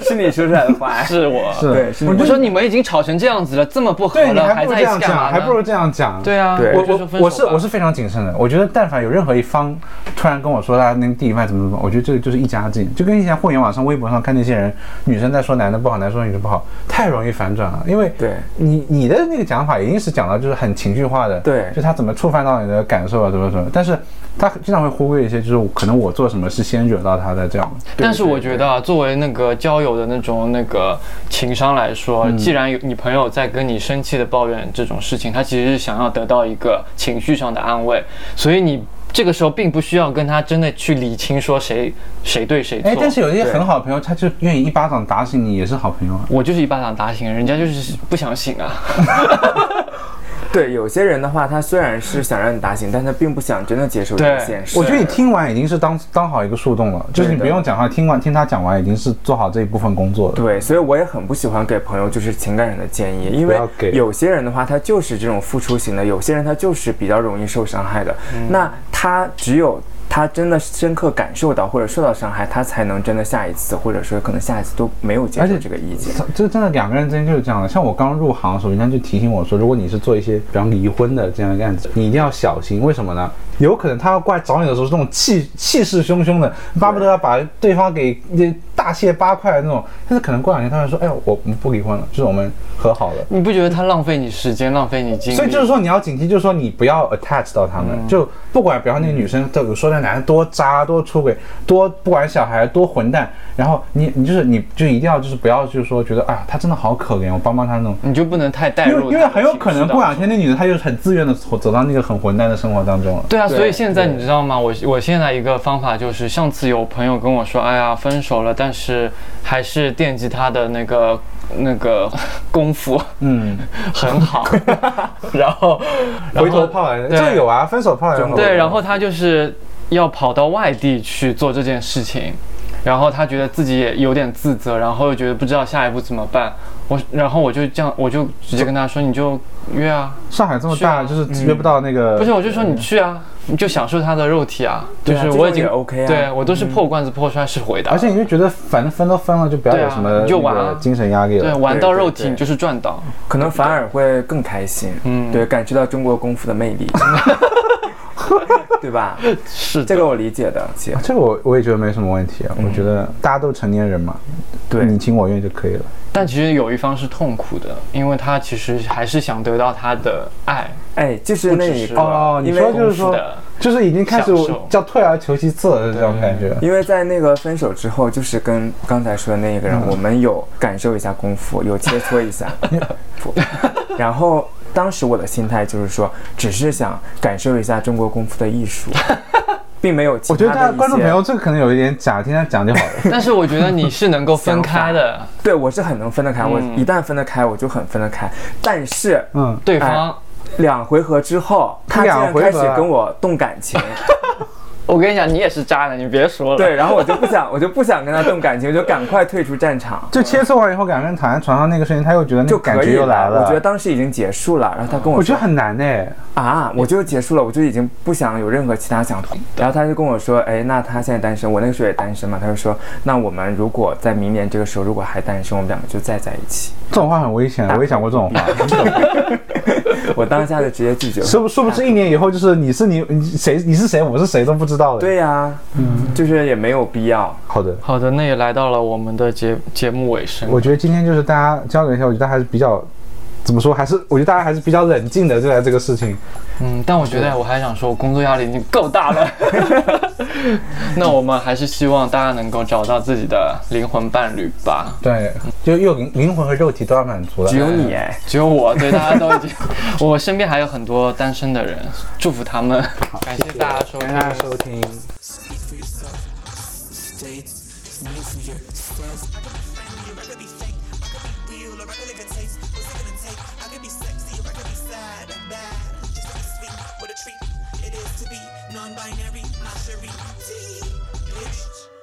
C: 是你说出来的话，
A: 是我。
B: 是
C: 对是 你
A: 我就说你们已经吵成这样子了，这么不和
B: 对你
A: 了，
B: 还不如
A: 在
B: 这
A: 一起
B: 样
A: 干嘛
B: 讲，
A: 呢？
B: 还不如这样讲。
A: 对啊，
C: 对
A: 我
C: 我
A: 就说分手
B: 我是
A: 吧
B: 我是非常谨慎的，我觉得但凡有任何一方突然跟我说啊，那个地方怎么怎么，我觉得这个就是一家之言，就跟以前互联网上、微博上看那些人，女生在说男的不好，男生说女的不好，太容易反转了，因为
C: 对
B: 你你的那个讲法一定是讲到就是很情绪化的，
C: 对
B: 就他怎么触犯到你的感受啊，怎么怎么，但是他经常会忽略一些，就是可能我做什么是先惹到他的这样，
A: 但是我觉得啊，作为那个交友的那种那个情商来说，
B: 嗯
A: 既然有你朋友在跟你生气的抱怨这种事情，他其实是想要得到一个情绪上的安慰，所以你这个时候并不需要跟他真的去理清说谁谁对谁错。
B: 哎，但是有一些
C: 对
B: 很好的朋友，他就愿意一巴掌打醒你，也是好朋友啊。
A: 我就是一巴掌打醒人，人家就是不想醒啊。
C: 对，有些人的话，他虽然是想让你打醒，但他并不想真的接受这个
A: 对
C: 现实。
B: 我觉得你听完已经是当当好一个树洞了，就是你
C: 对的
B: 不用讲话，听完听他讲完已经是做好这一部分工作了。
C: 对，所以我也很不喜欢给朋友就是情感上的建议，因
B: 不
C: 为
B: 要给
C: 有些人的话，他就是这种付出型的，有些人他就是比较容易受伤害的。那他只有他真的深刻感受到或者受到伤害，他才能真的下一次，或者说可能下一次都没有接
B: 而
C: 受
B: 且
C: 这个意见。
B: 操这真的两个人之间就是这样的。像我刚入行的时候，人家就提醒我说，如果你是做一些比方离婚的这样一个案子，你一定要小心。为什么呢？有可能他要过来找你的时候，是那种气气势汹汹的，巴不得要把对方给那大卸八块的那种。但是可能过两天他会说，哎，我们不离婚了，就是我们和好了。
A: 你不觉得他浪费你时间，浪费你精力？
B: 所以就是说，你要警惕，就是说你不要 attach 到他们，
A: 嗯
B: 就不管，比方那个女生，都有说那男的多渣、多出轨、多不管小孩、多混蛋，然后你你就是你就一定要就是不要就是说觉得啊，他真的好可怜，我帮帮他那种，
A: 你就不能太带
B: 因为
A: 入，
B: 因为很有可能过
A: 不
B: 两天那女的她就是很自愿的走走到那个很混蛋的生活当中了。
A: 对啊，
C: 对
A: 所以现在你知道吗？我我现在一个方法就是，上次有朋友跟我说，哎呀，分手了，但是还是惦记他的那个那个 功夫
B: 嗯，
A: 很 好，然后
B: 回头炮来，这
A: 对
B: 个有啊，分手炮来，
C: 真
A: 对，然后他就是要跑到外地去做这件事情，然后他觉得自己也有点自责，然后又觉得不知道下一步怎么办。我然后我就这样，我就直接跟他说，你就约啊，
B: 上海这么
A: 是
B: 大，
A: 啊
B: 就是约不到那个，
A: 不是，我就说你去啊，你就享受他的肉体啊，就
C: 对啊
A: 是
C: 这
A: 我已
C: 种
A: 经
C: 也 OK 啊
A: 对我都是破罐子破摔式回答，
B: 而且你就觉得反正分都分了，就不要
A: 对
B: 有
A: 啊
B: 什么
A: 你就
B: 那
A: 玩
B: 个
A: 啊
B: 精神压力
A: 对
B: 了。
A: 玩到肉
C: 对
A: 体
C: 对
A: 你就是赚到，
C: 可能反而会更开心，
A: 嗯
C: 对，感受到中国功夫的魅力， 对吧？
A: 是
C: 这个我理解的，姐
B: 这个我我也觉得没什么问题啊，我觉得大家都成年人嘛，
C: 对
B: 你情我愿就可以了。
A: 但其实有一方是痛苦的，因为他其实还是想得到他的爱，
C: 哎，就是
A: 不只
C: 那一
A: 是
C: 刻，
B: 哦你
C: 因为
B: 说就是
A: 是
B: 说
A: 的，
B: 就是已经开始
A: 享受
B: 叫退而求其次了这种感觉。
C: 因为在那个分手之后，就是跟刚才说的那个人，
B: 嗯
C: 我们有感受一下功夫，有切磋 一下不然后当时我的心态就是说，只是想感受一下中国功夫的 艺术，并没有其
B: 我觉得
C: 他
B: 大家
C: 的
B: 观众
C: 一
B: 朋
C: 些
B: 友。这个可能有一点假，听他讲就好了。
A: 但是我觉得你是能够分
C: 想法
A: 开的，
C: 对，我是很能分得开，我
A: 嗯
C: 一旦分得开，我就很分得开。但是
B: 嗯，
A: 对方。
C: 哎两回合之后，他竟
B: 两
C: 然
B: 回合啊
C: 开始跟我动感 情，
A: 我跟你讲，你也是渣男，你别说了。
C: 对，然后我就不想，我就不想跟他动感情，我就赶快退出战场。
B: 就切磋完以后，两个人躺在床上那个瞬间，他又觉得那
C: 就
B: 个
C: 可以
B: 感觉又来了。
C: 我觉得当时已经结束了，然后他跟我
B: 我觉
C: 说
B: 得很难哎，
C: 啊，我就结束了，我就已经不想有任何其他想法。然后他就跟我说，哎，那他现在单身，我那个时候也单身嘛，他就说，那我们如果在明年这个时候如果还单身，我们两个就再在一起。
B: 这种话很危险，我也讲过这种话。
C: 我当下就直接拒绝了。
B: 说不说不知一年以后，就是你是你你谁你是谁，我是谁都不知道了。，
C: 对呀、就是也没有必要。
B: 好的。
A: 好的，那也来到了我们的节节目尾声。
B: 我觉得今天就是大家交流一下，我觉得还是比较怎么说，还是我觉得大家还是比较冷静的对待这个事情。
A: 嗯，但我觉得我还想说，我工作压力已经够大 了。那我们还是希望大家能够找到自己的灵魂伴侣吧。
B: 对，就又灵灵魂和肉体都要满足了
C: 只。有你哎，
A: 只有啊我，对大家都已经， 我身边还有很多单身的人，祝福他们。感谢大家收
B: 感谢大
A: 听
B: 家。收听。
E: What a treat it is to be non-binary, not Cherie. T, bitch.